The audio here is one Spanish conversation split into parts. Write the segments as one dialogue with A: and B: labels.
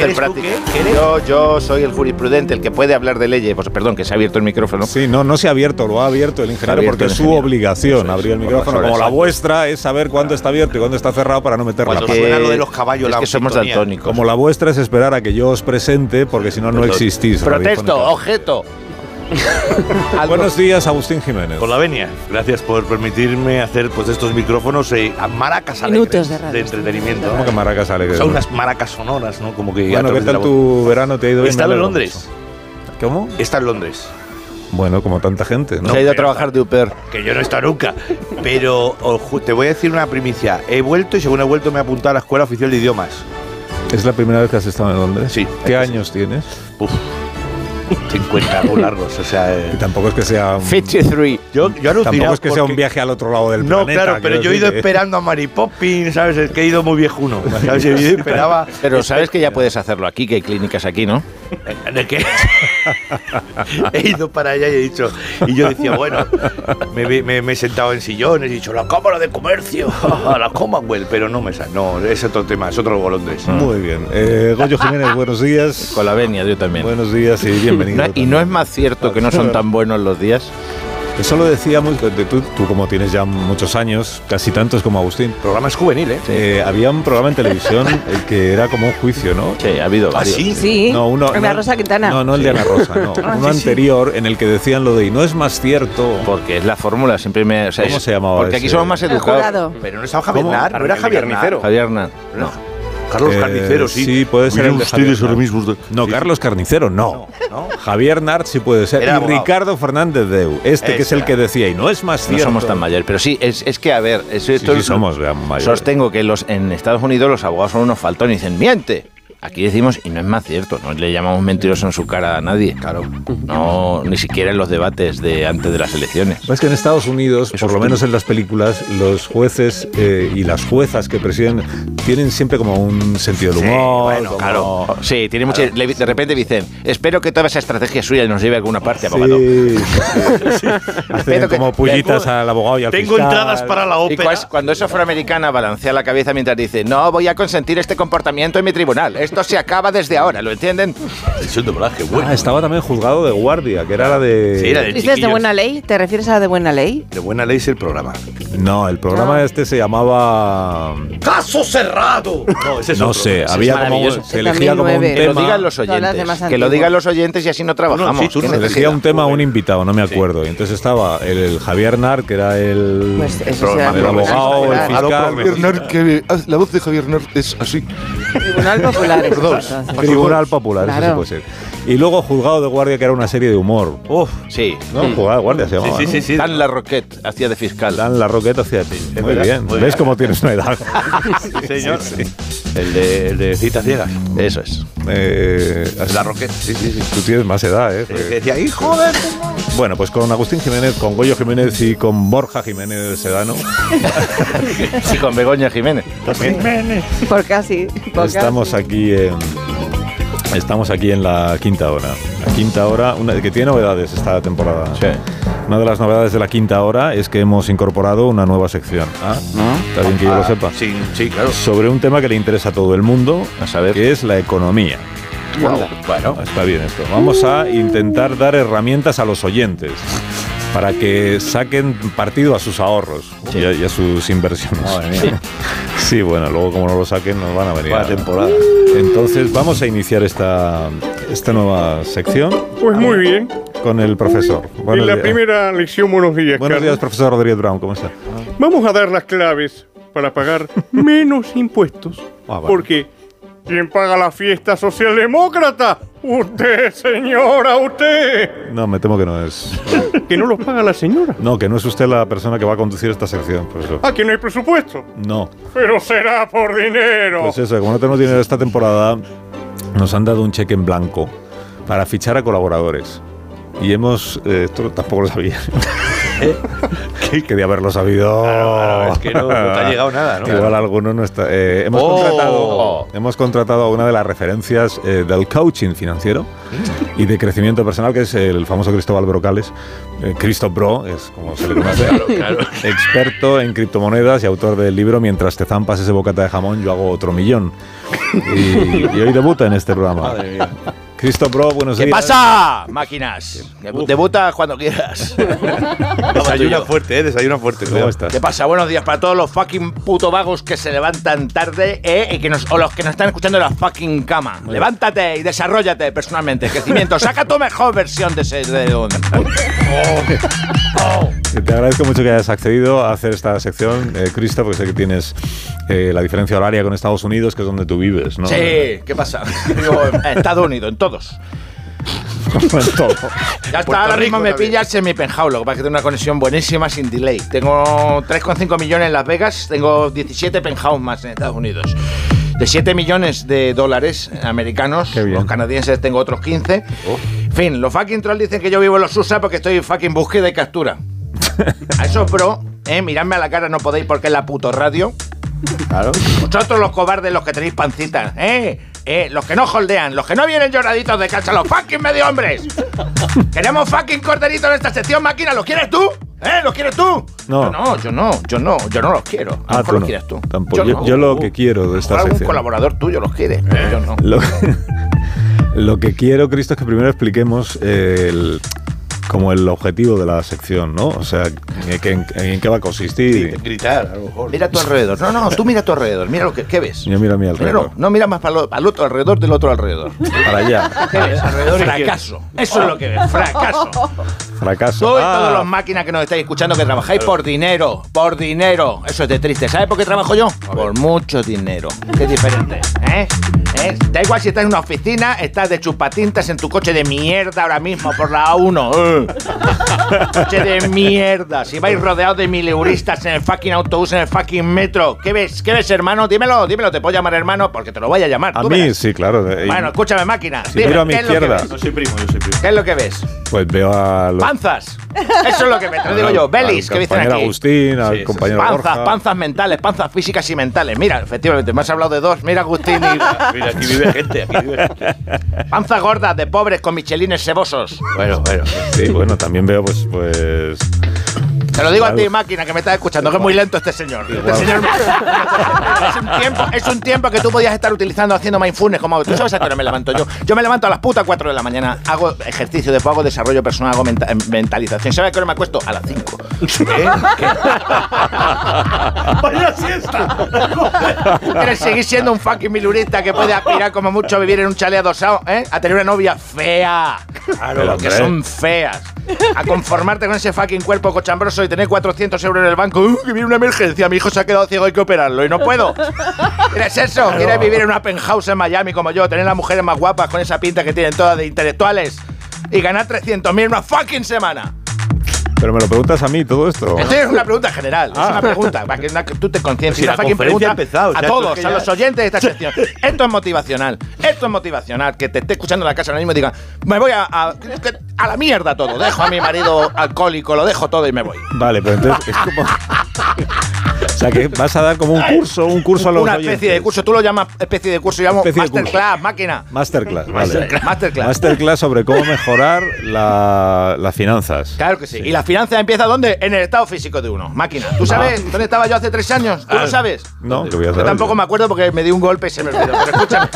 A: ¿Eres tú qué? ¿Eres?
B: Yo, yo soy el jurisprudente, el que puede hablar de leyes. Pues, perdón, que se ha abierto el micrófono.
C: Sí, no, no se ha abierto, lo ha abierto el ingeniero
B: abierto
C: porque
B: el
C: es su
B: ingeniero.
C: obligación
B: Eso es,
C: abrir el
B: por
C: micrófono.
B: las horas.
C: Como la vuestra es saber cuándo está abierto y cuándo está cerrado para no meter la
A: Cuando
C: pata.
A: suena lo de los caballos,
B: Es
A: la
B: que somos
A: sintonía.
B: daltónicos.
C: Como la vuestra es esperar a que yo os presente porque si no, no existís.
B: Protesto,
C: radiofónicamente.
B: objeto. Algo-
C: Buenos días, Agustín Jiménez.
A: Con la venia. Gracias por permitirme hacer pues estos micrófonos eh, a maracas alegres
D: Minutos de radio.
A: entretenimiento.
C: ¿Cómo que maracas alegres?
A: Son unas maracas sonoras, ¿no? Como que a
C: Bueno, ¿qué
A: través de la
C: tal tu verano? ¿Te ha ido
A: voz. He
C: bien?
A: estado
C: Me
A: en
C: alegro
A: Londres.
C: mucho. ¿Cómo?
A: Está en Londres.
C: Bueno, como tanta gente, ¿no?
B: se ha ido a trabajar de Uper.
A: Que yo no he estado nunca. Pero ojo, te voy a decir una primicia. He vuelto y según he vuelto me he apuntado a la Escuela Oficial de Idiomas.
C: ¿Es la primera vez que has estado en Londres?
A: Sí.
C: ¿Qué años tienes?
A: Uf. 50 muy largos. O sea, eh,
C: Y tampoco es que sea un,
B: 53.
A: yo, yo alucinado
C: tampoco es que sea un
A: porque-
C: viaje al otro lado del
A: No,
C: planeta.
A: claro, pero
C: quiero
A: yo he ido
C: decir eh. que-
A: esperando a Mary Poppins, ¿sabes? Es que he ido muy viejuno. ¿sabes? Yo esperaba.
B: Pero sabes que ya puedes hacerlo aquí, que hay clínicas aquí, ¿no?
A: ¿De qué? he ido para allá y he dicho. Y yo decía, bueno, me, vi- me- me he sentado en sillones y he dicho, la Cámara de Comercio, la Commonwealth, pero no me sale. No, es otro tema, es otro Londres.
C: Muy bien. Eh, Goyo Jiménez, buenos días.
B: Con la venia, yo también.
C: Buenos días y bienvenido.
B: No, y no es
C: también.
B: más cierto que no son tan buenos los días.
C: Eso lo decíamos, que tú, tú como tienes ya muchos años, casi tantos como Agustín,
A: El programa es juvenil, ¿eh?
C: eh, había un programa en televisión eh, que era como un juicio, ¿no?
B: Sí, ha habido
A: ¿Ah,
B: varios.
A: sí?
D: Sí.
C: No, uno,
D: Ana
C: no-
D: Rosa Quintana.
C: No, no el de Ana Rosa, no. Uno anterior en el que decían lo de y no es más cierto.
B: Porque es la fórmula, siempre me. o sea,
C: ¿Cómo
B: es-
C: se llamaba
B: Porque aquí
C: ese?
B: somos más
D: El
B: educados.
D: jurado.
C: Eh,
A: Pero no estaba Javier
C: ¿Cómo?
A: Nar, no era Javier Nicero.
B: Javier Hernán. No.
A: Carlos
C: Eh,
A: Carnicero, sí.
C: Sí, puede ser.
A: Miren
C: el de
A: ustedes
C: Javier
A: ahora
C: Nart.
A: mismo.
C: No,
A: Sí.
C: Carlos Carnicero, no.
A: No,
C: Javier Nart sí puede ser.
A: Era
C: y
A: abogado.
C: Ricardo Fernández Deu, este que es
A: Ese
C: el que
A: era.
C: decía y no es más
B: No
C: cierto.
B: somos tan mayores. Pero sí, es, es que, a ver, eso,
C: Sí, sí, somos ya mayores.
B: Sostengo que los, en Estados Unidos los abogados son unos faltones y dicen, miente. Aquí decimos, y no es más cierto, no le llamamos mentiroso en su cara a nadie. Claro. No, ni siquiera en los debates de antes de las elecciones.
C: Pues que en Estados Unidos,
B: Eso
C: por lo
B: es
C: menos en las películas, los jueces eh, y las juezas que presiden tienen siempre como un sentido del
A: Sí,
C: humor.
A: bueno,
C: como-
A: claro.
B: Sí, tiene mucha. le- De repente dicen, espero que toda esa estrategia suya nos lleve a alguna parte, abogado.
C: Sí. Hacen
B: Espero que-
C: como pullitas al abogado y al
A: Tengo
C: fiscal.
A: entradas para la
B: Y
A: ópera.
B: cuas- cuando es afroamericana balancea la cabeza mientras dice, no voy a consentir este comportamiento en mi tribunal. Esto se acaba desde ahora, ¿lo entienden?
A: Es un doblaje bueno.
C: Ah, estaba también juzgado de guardia, que era la de.
A: Sí, era de-
D: ¿Dices de
A: chiquillos.
D: buena ley? ¿Te refieres a de buena ley?
A: De buena ley es el programa.
C: No, el programa
D: Ah.
C: este se llamaba.
A: ¡Caso cerrado! No, ese es
C: No
A: otro.
C: sé,
B: Este es
C: había como.
B: maravilloso.
C: Se elegía como un
D: 2009.
B: Que lo
D: Tema-
B: digan
C: tema.
B: los
D: Todas las
B: oyentes.
D: demás
B: Que lo
D: antiguas.
B: digan los oyentes y así no trabajamos.
A: sí, tú
B: ¿Qué
A: no
C: Se elegía
B: necesidad?
C: un tema a un invitado, no me acuerdo. Y entonces estaba el, el Javier Nart, que era el.
D: Pues eso
A: programa,
D: será
C: el
A: programa.
C: abogado, el
A: Claro,
C: fiscal.
A: programa.
E: Bernard, que la voz de Javier Nart es así.
D: Tribunal Popular. es
E: Perdón.
D: eso, entonces.
C: Tribunal Popular,
D: Claro.
C: eso sí puede ser. Y luego Juzgado de Guardia, que era una serie de humor. Uf,
B: Sí.
C: ¿no? Juzgado de Guardia se llamaba.
A: Sí, sí,
C: ¿no?
A: sí, sí.
B: Dan la Roquette hacía de fiscal.
C: Dan la roqueta hacia ti. Muy
A: verdad,
C: bien.
A: muy
C: ¿Ves
A: bien.
C: cómo tienes una edad?
A: señor. El, de, el de citas ciegas.
B: Eso es.
C: Eh,
A: La Roquette. Sí, sí, sí.
C: Tú tienes más edad, ¿eh?
A: El que decía, hijo de...
C: Bueno, pues con Agustín Jiménez, con Goyo Jiménez y con Borja Jiménez Sedano
B: Sí, con Begoña Jiménez.
D: Por casi. por
C: estamos
D: casi.
C: aquí en estamos aquí en la quinta hora. La quinta hora, una, que tiene novedades esta temporada.
B: Sí.
C: Una de las novedades de la quinta hora es que hemos incorporado una nueva sección. Ah, está bien que yo lo sepa.
A: Sí, sí, claro.
C: Sobre un tema que le interesa a todo el mundo,
B: A saber.
C: que es la economía.
A: Bueno,
C: Ah, Está bien esto. Vamos a intentar dar herramientas a los oyentes para que saquen partido a sus ahorros y, a, y a sus inversiones. Sí, bueno, luego como no lo saquen nos van a venir.
A: Buena
C: a-
A: temporada.
C: Entonces vamos a iniciar esta, esta nueva sección
F: Pues muy bien.
C: con el profesor.
F: en
C: Buenos
F: la
C: días.
F: primera lección, buenos días,
C: Buenos días,
F: Carlos.
C: profesor Rodríguez Brown, ¿cómo está?
F: Vamos a dar las claves para pagar menos impuestos.
C: Ah, vale.
F: Porque ¿quién paga la fiesta socialdemócrata? Usted, señora, usted.
C: No, me temo que no es.
F: Que no los paga la señora.
C: No, que no es usted la persona que va a conducir esta sección, profesor.
F: Ah, que no hay presupuesto.
C: No.
F: Pero será por dinero.
C: Pues eso, como no tenemos dinero esta temporada, nos han dado un cheque en blanco para fichar a colaboradores. Y hemos. eh, esto tampoco lo sabía. ¿Qué? Quería haberlo sabido.
A: Claro, claro, es que no- no te ha llegado nada, ¿no?
C: Igual alguno no está. eh, hemos,
A: Oh.
C: contratado, hemos contratado a una de las referencias eh, del coaching financiero
B: Mm.
C: y de crecimiento personal, que es el famoso Cristóbal Brocales. Eh, Cristo Bro, es como se le conoce. Experto en criptomonedas y autor del libro Mientras te zampas ese bocata de jamón, yo hago otro millón. Y, y hoy debuta en este programa. Cristo Bro, buenos
B: ¿Qué
C: días.
B: pasa, máquinas? Que Debuta cuando quieras.
A: Desayuna fuerte, eh, desayuna fuerte.
C: ¿Cómo
A: cuidado.
C: estás?
B: ¿Qué pasa? Buenos días para todos los fucking puto vagos que se levantan tarde eh, y que nos, o los que nos están escuchando en la fucking cama. Levántate y desarrollate personalmente. Crecimiento. Saca tu mejor versión de ese de donde.
C: Te agradezco mucho que hayas accedido a hacer esta sección, eh, Cristo, porque sé que tienes eh, la diferencia horaria con Estados Unidos, que es donde tú vives, ¿no?
B: Sí, ¿qué pasa? Digo, en Estados Unidos, en todos.
C: En todo.
B: Ya
A: Puerto
B: está, ahora
A: Rico
B: mismo me
A: también.
B: pillas en mi penthouse, lo que pasa es que tengo una conexión buenísima sin delay. Tengo 3,5 millones en Las Vegas, tengo 17 penthouse más en Estados Unidos. De 7 millones de dólares americanos,
C: Qué bien.
B: los canadienses tengo otros 15. En fin, los fucking trolls dicen que yo vivo en los USA porque estoy en fucking búsqueda y captura. A esos bro, eh, miradme a la cara, no podéis porque es la puto radio. Vosotros los cobardes, los que tenéis pancitas, ¿eh? ¿Eh? Los que no holdean, los que no vienen lloraditos de casa, los fucking medio hombres. Queremos fucking corderitos en esta sección, máquina. ¿Los quieres tú? ¿Eh? ¿Los quieres tú? Yo
C: No.
B: no, yo no, yo no, yo no los quiero. A lo
C: Ah,
B: mejor
C: tú
B: los
C: no.
B: quieres tú.
C: Tampoco. Yo- yo lo que quiero de esta
B: A lo mejor Algún
C: sección. Eh.
B: colaborador tuyo los quiere, pero yo no.
C: Lo, lo que quiero, Cristo, es que primero expliquemos eh, el- como el objetivo de la sección, ¿no? O sea, eh, que en, en qué va a consistir.
A: Gri- Gritar, a lo mejor.
B: Mira a tu alrededor. No, no, tú mira a tu alrededor. Mira lo que ¿qué ves.
C: Yo miro a mi alrededor.
B: Míralo. no mira más para el otro alrededor del otro alrededor.
C: Para allá.
B: ¿Qué ves? Alrededor fracaso. Eso es lo que ves. Fracaso.
C: Fracaso.
B: Soy
C: Ah,
B: todos los máquinas que nos estáis escuchando que trabajáis por dinero, por dinero. Eso es de triste. ¿Sabes por qué trabajo yo? Por mucho dinero. Qué diferente. ¿eh? ¿Eh? Da igual si estás en una oficina, estás de chupatintas en tu coche de mierda ahora mismo por la A1. eh. coche de mierda. Si vais rodeados de mileuristas en el fucking autobús, en el fucking metro. ¿Qué ves? ¿Qué ves, hermano? Dímelo, dímelo. Te puedo llamar hermano porque te lo voy a llamar.
C: a
B: Tú
C: mí,
B: verás.
C: sí, claro. eh, y-
B: Bueno, escúchame, máquina.
C: si miro a mi
B: ¿qué es lo que
C: izquierda,
B: ves? ¿Qué es lo que ves?
C: pues veo a los.
B: Panzas. Eso es lo que me te digo yo.
C: al
B: Belis, que dicen
C: compañero
B: aquí.
C: Agustín, al
A: sí,
C: compañero
B: Panzas,
C: Borja.
B: panzas mentales, panzas físicas y mentales. Mira, efectivamente, me has hablado de dos. Mira, Agustín, y
A: Mira, aquí vive gente, aquí vive gente.
B: panzas gordas de pobres con michelines cebosos.
A: Bueno, bueno.
C: Sí, bueno, también veo pues, pues
B: Te lo digo a
C: Algo.
B: ti, máquina, que me estás escuchando, que es muy lento este señor. Este señor es, un tiempo, es un tiempo que tú podías estar utilizando haciendo mindfulness como tú sabes a qué hora me levanto yo. Yo me levanto a las putas 4 de la mañana, hago ejercicio, después hago desarrollo personal, hago menta- mentalización. ¿Sabes a qué hora me acuesto? A las 5.
A: ¡Vaya siesta!
B: ¿Quieres seguir siendo un fucking milurista que puede aspirar como mucho a vivir en un chalet adosado, eh? A tener una novia fea.
C: Pero,
B: Claro, que
C: hombre.
B: son feas. A conformarte con ese fucking cuerpo cochambroso y tener 400 euros en el banco. ¡Uh, que viene una emergencia! Mi hijo se ha quedado ciego, hay que operarlo y no puedo. ¿Quieres eso? ¿Quieres vivir en una penthouse en Miami como yo? Tener las mujeres más guapas con esa pinta que tienen todas de intelectuales y ganar 300.000 en una fucking semana.
C: Pero me lo preguntas a mí todo esto.
B: Esto es una pregunta general, es una pregunta, para que una- que tú te
A: Si
B: conciencies.
A: la
B: Una fucking
A: conferencia
B: pregunta
A: ha empezado,
B: a
A: ya, tú es
B: todos,
A: que
B: a
A: ya-
B: los oyentes de esta sección. Esto es motivacional, esto es motivacional, que te esté escuchando en la casa ahora mismo y diga, me voy a, a, que- a la mierda todo, dejo a mi marido alcohólico, lo dejo todo y me voy.
C: Vale, pero entonces es como. o sea, que vas a dar como un curso, un curso a los
B: Una especie
C: oyentes.
B: de curso, tú lo llamas especie de curso, yo llamo
C: Especie de curso.
B: masterclass, máquina.
C: Masterclass, vale.
B: Masterclass. Masterclass.
C: Masterclass sobre cómo mejorar la- las finanzas.
B: Claro que sí. ¿Y la finanza empieza dónde? En el estado físico de uno, máquina. ¿Tú sabes dónde estaba yo hace tres años? ¿Tú lo sabes?
C: No, que voy a
B: Yo
C: hacer.
B: tampoco me acuerdo porque me di un golpe y se me olvidó. Pero escúchame,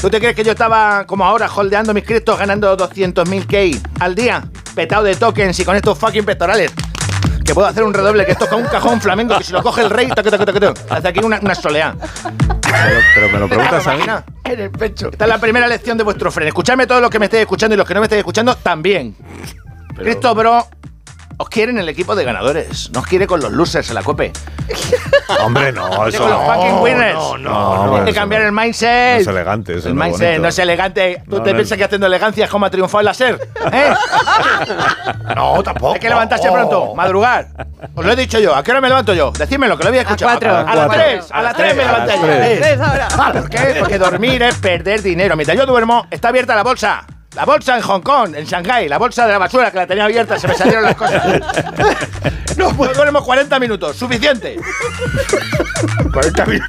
B: ¿tú te crees que yo estaba como ahora holdeando mis criptos ganando 200.000 K al día? Petado de tokens y con estos fucking pectorales. Que puedo hacer un redoble que esto con un cajón flamenco que si lo coge el rey, toque, toque, toque, toque. Hace aquí una, una soleá.
C: Pero, pero me lo preguntas a mí.
B: Imagina, En el pecho. Esta es la primera lección de vuestro freno. Escuchadme todos los que me estéis escuchando y los que no me estéis escuchando también. Cristo, bro, os quieren el equipo de ganadores. Nos quiere con los losers en la cope.
C: Hombre, no, eso
B: con los fucking
C: no.
B: winners.
A: No,
C: No,
A: no.
B: Hay que
C: eso
B: cambiar
C: no.
B: el mindset.
C: No es elegante, eso
B: El
C: no es
B: mindset
C: bonito.
B: no es elegante. ¿Tú
C: No,
B: te
C: no
B: piensas
C: es-
B: que haciendo elegancia es como ha triunfado el láser? ¿Eh?
A: No, tampoco.
B: Hay que levantarse pronto, madrugar. Os lo he dicho yo. ¿A qué hora me levanto yo? Decídmelo, que lo había escuchado.
D: cuatro.
B: A
D: A
B: las
D: cuatro.
B: tres. A las tres me
A: A las
B: levanté
C: tres.
B: ayer.
D: Tres ahora.
B: ¿Por qué? Porque dormir es perder dinero. Mientras yo duermo, está abierta la bolsa. La bolsa en Hong Kong, en Shanghái, la bolsa de la basura que la tenía abierta, se me salieron las cosas. no, pues tenemos 40 minutos, suficiente.
A: 40 mil-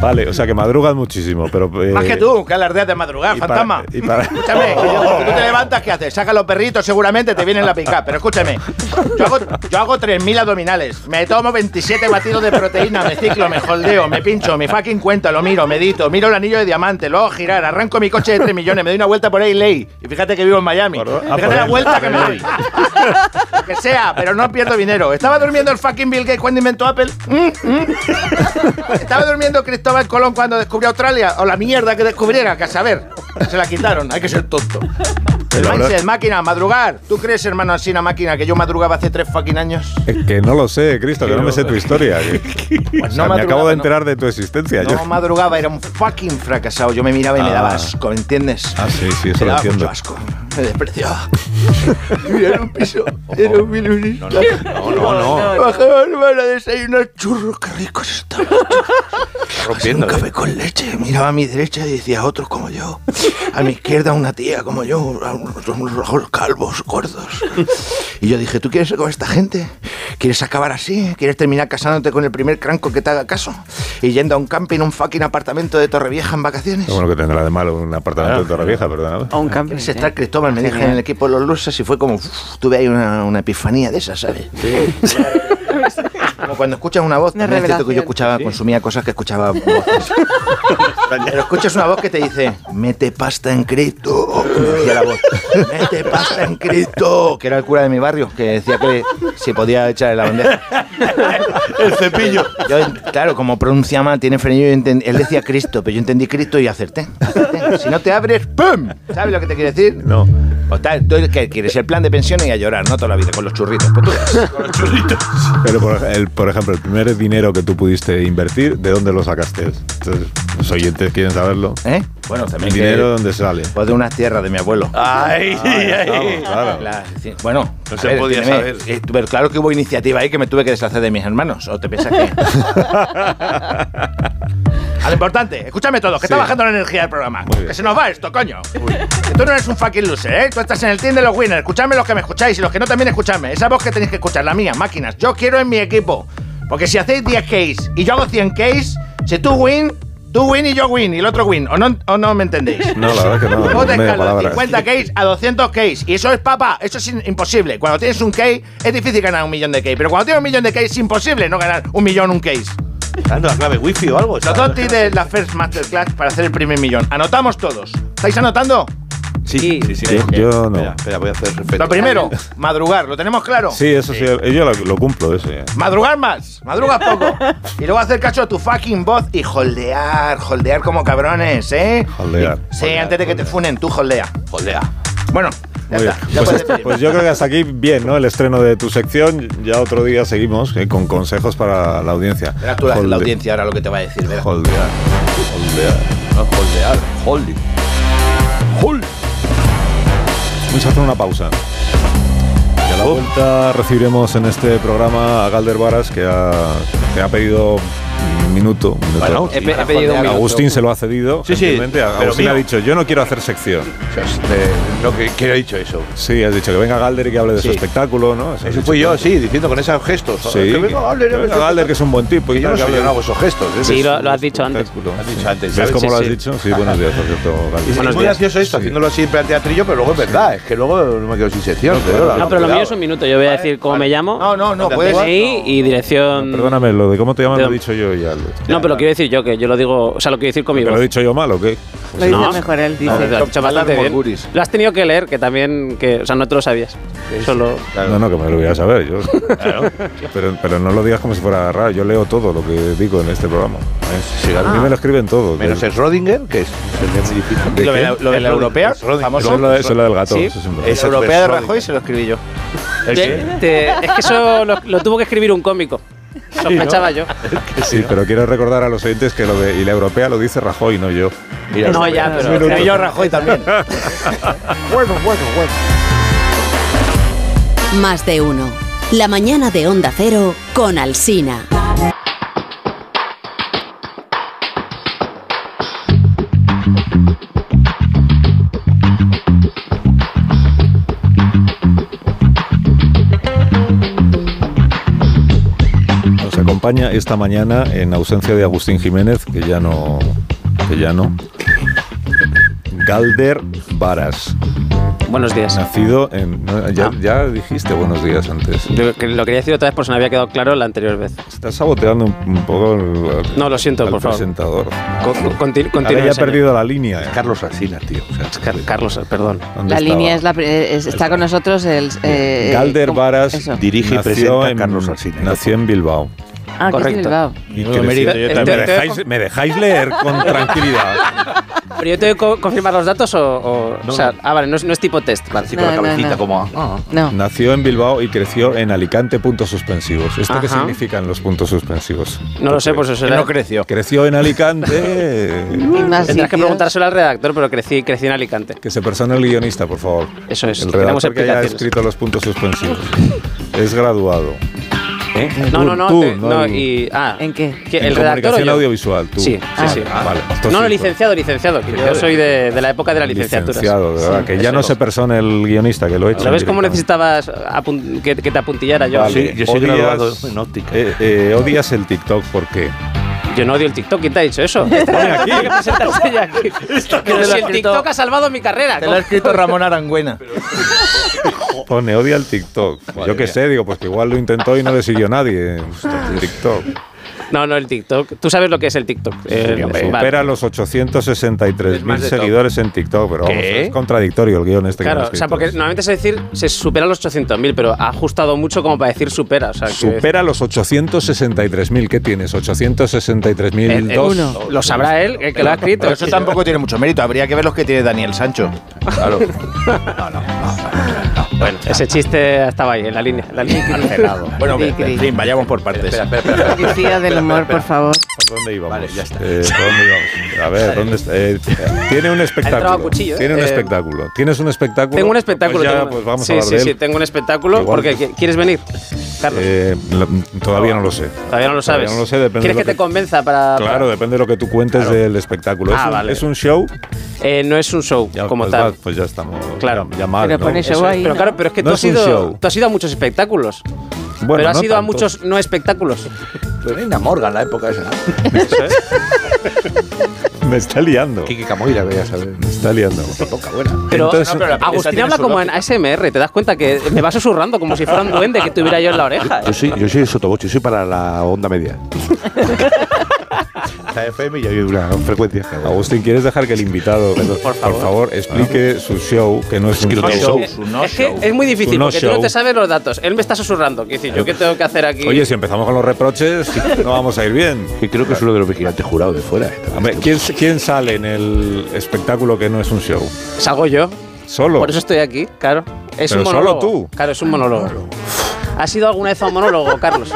C: Vale, o sea que madrugas muchísimo, pero. eh,
B: Más que tú, que alardeas de madrugar,
C: y para-
B: fantasma.
C: y para-
B: Escúchame, que yo- cuando tú te levantas, ¿qué haces? Sacas los perritos, seguramente te vienen la pica. Pero escúchame, yo hago, yo hago 3.000 abdominales, me tomo 27 batidos de proteína, me ciclo, me holdeo, me pincho, me fucking cuenta, lo miro, medito, miro el anillo de diamante, lo hago girar, arranco mi coche de 3 millones, me doy una vuelta por ahí, ley. Y fíjate que vivo en Miami.
C: Por- ah, por
B: Fíjate la
C: ahí,
B: vuelta
C: por
B: que me
C: ahí.
B: doy. Lo que sea, pero no pierdo dinero. ¿Estaba durmiendo el fucking Bill Gates cuando inventó Apple? ¿Mm? ¿Mm? ¿Estaba durmiendo Cristóbal Colón cuando descubrió Australia? O la mierda que descubriera, que a saber. Se la quitaron, hay que ser tonto. El
C: Pero
B: mindset,
C: habrá-
B: máquina, madrugar. ¿Tú crees, hermano Asina, máquina, que yo madrugaba hace tres fucking años?
C: Es que no lo sé, Cristo, que no me sé tu historia. que- o sea,
B: Pues no
C: me acabo
B: madrugaba,
C: de
B: no.
C: enterar de tu existencia. yo.
B: No madrugaba, era un fucking fracasado. Yo me miraba y me
C: Ah.
B: daba asco, ¿me entiendes?
C: Ah, sí, sí,
B: me
C: eso lo
B: daba
C: entiendo.
B: mucho asco. Me despreciaba. Era un piso, era un milunico.
A: No, no, no.
B: Bajaba el bar a desayunar churros, qué ricos estaban.
A: Rompiendo. ¿eh?
B: Un café con leche. Miraba a mi derecha y decía otros como yo. A mi izquierda una tía como yo, a unos, unos rojos calvos, gordos. Y yo dije, ¿tú quieres ser como esta gente? ¿Quieres acabar así? ¿Quieres terminar casándote con el primer cranco que te haga caso? Y yendo a un camping, un fucking apartamento de Torrevieja en vacaciones.
C: Lo bueno que tendrá de malo un apartamento
B: Ah.
C: de Torrevieja, perdona.
D: O un cambio.
B: Ese está Cristóbal, me dije en el equipo de los Lusas y fue como, uf, tuve ahí una, una epifanía de esas, ¿sabes? Como cuando escuchas una voz,
D: Una
B: también es cierto que yo
D: revelación.
B: escuchaba, consumía cosas que escuchaba voces. Pero escuchas una voz que te dice, mete pasta en cripto, como decía la voz, mete pasta en cripto, que era el cura de mi barrio, que decía que se podía echar en la bandeja.
A: El cepillo.
B: Yo, claro, como pronuncia mal, tiene frenillo. yo enten- Él decía Cristo, pero yo entendí Cristo y acerté. acerté. Si no te abres, ¡pum! ¿Sabes lo que te quiere decir?
C: No.
B: O tal, tú que quieres el plan de pensiones y a llorar, no toda la vida, con los churritos. Pues tú verás.
C: Pero, por, el- por ejemplo, el primer dinero que tú pudiste invertir, ¿de dónde lo sacaste? Entonces, los oyentes quieren saberlo.
B: ¿Eh? Bueno,
C: ¿El
B: que-
C: dinero de dónde sale?
B: Pues de unas tierras de mi abuelo.
A: Ay, ay.
C: Vamos, claro.
B: La- sí, bueno,
A: No
B: a
A: se podía saber.
B: eh, pero claro que hubo iniciativa ahí que me tuve que deshacer de mis hermanos. ¿O te piensas que.? A lo importante, escúchame todo, que está
C: Sí.
B: bajando la energía del programa.
C: Muy bien.
B: Que se nos va esto, coño. Que tú no eres un fucking loser, ¿eh? Tú estás en el team de los winners. Escuchadme los que me escucháis y los que no también escuchadme. Esa voz que tenéis que escuchar, la mía, máquinas. Yo quiero en mi equipo. Porque si hacéis 10 case y yo hago 100 case, si tú win, tú win y yo win y el otro win. ¿O no, o no me entendéis?
C: No, la verdad que no.
B: Vos te
C: media
B: escalas
C: palabra.
B: 50 case a 200 case. Y eso es, papá, eso es in- imposible. Cuando tienes un case, es difícil ganar un millón de case. Pero cuando tienes un millón de case, es imposible no ganar un millón un case.
A: Dando la clave wifi o algo.
B: Los
A: ¿sabes?
B: dos tips de la First Masterclass para hacer el primer millón. Anotamos todos. ¿Estáis anotando?
A: Sí, sí,
G: Sí.
A: sí.
C: Sí, yo no.
A: Espera, espera, voy a hacer respeto.
B: Lo primero, madrugar. ¿Lo tenemos claro?
C: Sí, eso sí, eh, yo lo, lo cumplo, eso ya.
B: Madrugar más, madrugas poco. Y luego hacer caso a tu fucking voz y holdear, holdear como cabrones, ¿eh?
C: Holdear.
B: Sí, antes de que te funen, tú holdea.
A: Jodea.
B: Bueno, ya
C: Muy bien.
B: está. Ya
C: Pues,
B: puedes
C: este-
B: pedir.
C: pues yo creo que hasta aquí bien, ¿no? El estreno de tu sección. Ya otro día seguimos eh, con consejos para la audiencia.
B: Verás tú la, la
C: Holde- ah.
B: audiencia ahora lo que te va a decir, verás.
C: Holdear. Holdear.
A: No, jodear. Holding. Hold.
C: Vamos a hacer una pausa. Y a la vuelta recibiremos en este programa a Galder Varas, que ha, que ha pedido un minuto. un minuto.
A: Bueno,
G: He, pe- he pedido un minuto.
C: Agustín se lo ha cedido.
A: Sí, sí,
C: gentilmente.
A: pero
C: Agustín
A: mío.
C: ha dicho, yo no quiero hacer sección.
A: Este, no, que, que he dicho eso.
C: Sí, has dicho que venga Galder y que hable de su
A: Sí.
C: espectáculo, ¿no? Has
A: Eso
C: dicho
A: fui
C: que-
A: yo, sí, diciendo con esos gestos.
C: Sí,
A: Que venga, hable,
C: que
A: hable,
C: venga Galder, que es un buen tipo.
A: Que
C: y
A: yo no,
C: tal,
A: soy,
C: que
A: yo
C: hable
A: no hago esos gestos. ¿eh?
G: Sí,
A: Es-
G: lo, lo has dicho antes.
C: espectáculo.
A: Has dicho
C: Sí.
A: antes,
C: ¿Ves
A: sí,
C: cómo
A: sí,
C: lo has
A: sí.
C: dicho? Sí, buenos días, por cierto, Galder.
A: Es muy gracioso esto, haciéndolo así en plan teatrillo, pero luego es verdad, es que luego no me quedo sin sección. de verdad.
G: No, Ah, pero lo
A: Ah, Cuidado.
G: mío es un minuto. Yo voy a decir cómo me llamo.
B: No, no, no,
A: Anda,
B: puedes.
G: DNI y dirección.
C: Perdóname, lo de cómo te llaman
G: Te-
C: lo he dicho yo y Albert.
G: No, pero lo quiero decir yo, que yo lo digo. O sea, lo quiero decir con mi
C: ¿Pero lo he
G: voz.
C: dicho yo mal o qué?
D: Lo dice
G: No.
D: mejor él,
G: No,
D: dice.
G: lo has hecho bastante bien.
B: Morguris.
G: Lo has tenido que leer, que también. Que, o sea, no te lo sabías. Solo.
C: No, no, que me lo voy a saber yo. Pero, pero no lo digas como si fuera raro. Yo leo todo lo que digo en este programa. ¿eh?
A: Sí,
G: Ah.
A: claro.
C: A mí me lo escriben todo.
A: Menos
C: De-
A: el Rodinger, que es se me es muy difícil.
B: Lo de la, lo de la europea,
C: Eso es
B: famoso.
C: lo, eso es lo del gato.
G: Sí.
C: eso es un-
A: Es-
B: La europea de
A: Persónica.
B: Rajoy se lo escribí yo.
G: Te- te- es que eso lo, lo tuvo que escribir un cómico. Sospechaba yo.
C: sí, pero quiero recordar a los oyentes que lo de y la europea lo dice Rajoy, no yo.
G: No, ya, pero.
B: Pero yo Rajoy también.
H: Más de uno. La mañana de Onda Cero con Alsina.
C: España esta mañana en ausencia de Agustín Jiménez, que ya no. que ya no. Galder Varas,
G: Buenos días.
C: nacido en. no, Ya,
G: Ah.
C: ya dijiste buenos días antes.
G: Lo que- lo quería decir otra vez por si no había quedado claro la anterior vez.
C: Estás saboteando un, un poco el,
G: No, lo siento,
C: al
G: por favor.
C: presentador.
G: Con- conti-
C: Ahora
G: continúe,
C: ya ha
G: señor.
C: perdido la línea. eh.
A: Carlos Asina, tío. o sea,
G: Car- Carlos, perdón.
C: ¿Dónde
D: La
C: estaba?
D: línea es la, pri- eh, es- está con nosotros el... eh,
C: Galder
D: ¿cómo?
C: Varas
D: Eso.
A: Di- Dirige y
C: nació
A: presenta
C: en-
A: Carlos Alsina.
C: Nació en Bilbao.
D: Ah, que es de
G: correcto.
D: Bilbao.
C: Y
B: Menudo mérito,
C: creció- este
G: yo
C: ¿Me
G: también.
C: dejáis- me dejáis leer con tranquilidad.
G: ¿Pero yo tengo que co- confirmar los datos o...? o- o sea, ah, vale, no es, no es tipo test. Vale.
A: Así con la
D: No, no,
A: cabecita
D: no.
A: como... ah,
D: No.
C: Nació en Bilbao y creció en Alicante, puntos suspensivos. ¿Esto qué
G: Ajá.
C: significan los puntos suspensivos?
G: No lo sé, pues eso
B: Que
G: era...
B: no creció.
C: Creció en Alicante.
D: Y más
G: Tendrás que
D: sitios.
G: preguntárselo al redactor, pero crecí, crecí en Alicante.
C: que se persona el guionista, por favor.
G: Eso es,
C: El
G: queremos
C: redactor que haya
G: explicaciones.
C: escrito los puntos suspensivos. Es graduado.
G: No,
C: ¿Eh? Tú-
G: no, no.
C: tú,
G: te- no,
C: el-
G: y, ah,
D: ¿En qué?
G: que
C: en
G: el redactor o
C: comunicación
G: yo?
C: audiovisual, tú.
G: Sí, sí,
C: Ah,
G: sí.
C: Vale, esto
G: No, no,
C: sí, pues.
G: licenciado, licenciado. que yo soy de, de la época de la licenciatura.
C: Licenciado, de verdad, que ya no se persona el guionista, que lo he hecho.
G: ¿Sabes cómo
C: directamente.
G: necesitabas apun- que, que te apuntillara yo?
C: Vale.
A: Sí, yo soy
C: Odias-
A: graduado en óptica.
C: Eh, eh, odias el TikTok, ¿por qué?
G: Yo no odio el TikTok, ¿quién te ha dicho eso?
C: aquí.
G: Tiene que presentarse ya aquí. Pero
B: te lo
G: si
B: ha
G: el
B: escrito-
G: TikTok ha salvado mi carrera.
B: Te lo ha escrito Ramón Arangüena.
C: Pone odia el TikTok. Yo qué sé, digo, pues que igual lo intentó y no le siguió nadie. TikTok.
G: No, no, el TikTok. Tú sabes lo que es el TikTok. Eh, vale.
C: Supera los 863.000
A: de todo.
C: seguidores en TikTok, pero vamos,
A: ¿Qué?
C: es contradictorio el guión este que
G: Claro,
C: hemos
G: o sea, porque
C: escrito.
G: normalmente se decir se supera los 800.000, pero ha ajustado mucho como para decir supera. O sea, que-
C: Supera los 863.000. ¿Qué tienes?
D: Eh,
G: El- el
C: 863.002.
G: Lo sabrá él, el que lo ha escrito.
B: Pero eso tampoco tiene mucho mérito. Habría que ver los que tiene Daniel Sancho.
A: Claro.
G: Bueno, ese chiste estaba ahí, en la línea. en la línea.
B: Bueno,
D: Cri,
B: en
D: cri.
B: fin, vayamos por partes.
D: Policía del humor, por favor.
C: ¿Dónde íbamos? Eh, ¿por dónde íbamos? A ver, ¿dónde está? Eh, tiene un
G: entrado a
C: espectáculo.
G: cuchillo, ¿eh?
C: Tiene un
G: Eh,
C: espectáculo. ¿Tienes un espectáculo?
G: Tengo un espectáculo.
C: Pues ya,
G: tengo una-
C: pues vamos
G: sí,
C: a hablar
G: sí,
C: de
G: sí,
C: él.
G: tengo un espectáculo.
C: Igual.
G: Porque, qui- ¿Quieres venir, Carlos?
C: Eh, la- todavía no lo sé.
G: Todavía no lo sabes.
C: no lo sé, depende
G: ¿Quieres
C: de
G: que,
C: lo
G: te
C: que-
G: convenza para.?
C: Claro, depende de lo que tú cuentes del espectáculo.
G: Ah,
C: es, un,
G: vale.
C: es un show
G: Eh, no es un show
C: Ya,
G: como
C: pues
G: tal.
C: ya- pues ya estamos.
G: Claro.
C: Ya mal,
D: Pero
C: ¿no?
D: pones-
G: Eso
D: Show
G: es,
D: ahí,
G: pero
D: ¿no?
G: claro, pero es que
C: No
G: tú,
C: es
G: has
C: un
G: ido,
C: show.
G: tú has ido a muchos espectáculos.
C: Bueno,
G: pero has
C: no
G: ido a
C: tanto.
G: muchos no espectáculos.
A: Reina Morgan, la época esa.
C: Me está liando.
A: Kiki Camoira, voy a saber.
C: Me está liando.
A: Poca buena.
G: Pero,
C: Entonces-
G: no, pero
B: esa
G: Agustín
B: tiene
G: habla
B: su
G: como en ASMR, te das cuenta que me va susurrando como si fuera un duende que tuviera yo en la oreja.
A: Yo soy, yo soy sotoboche, yo soy para la onda media. la FM y hay una frecuencia.
C: Agustín, ¿quieres dejar que el invitado, por favor, explique su show, que no es un
A: no
C: show?
A: show.
G: Eh, es que es muy difícil
C: Su no
G: porque tú no
C: show.
G: te sabes los datos. Él me está susurrando. Quiero decir, ¿yo qué tengo que hacer aquí?
C: Oye, si empezamos con los reproches, no vamos a ir bien.
A: Que creo que es uno de los vigilantes jurados de fuera. eh, también.
C: Hombre, ¿quién, quién sale en el espectáculo que no es un show?
G: Salgo yo.
C: Solo.
G: Por eso estoy aquí, claro. Es
C: Pero
G: un
C: solo
G: monólogo.
C: tú.
G: Claro, es un monólogo. ¿Has ido alguna vez a un monólogo, Carlos?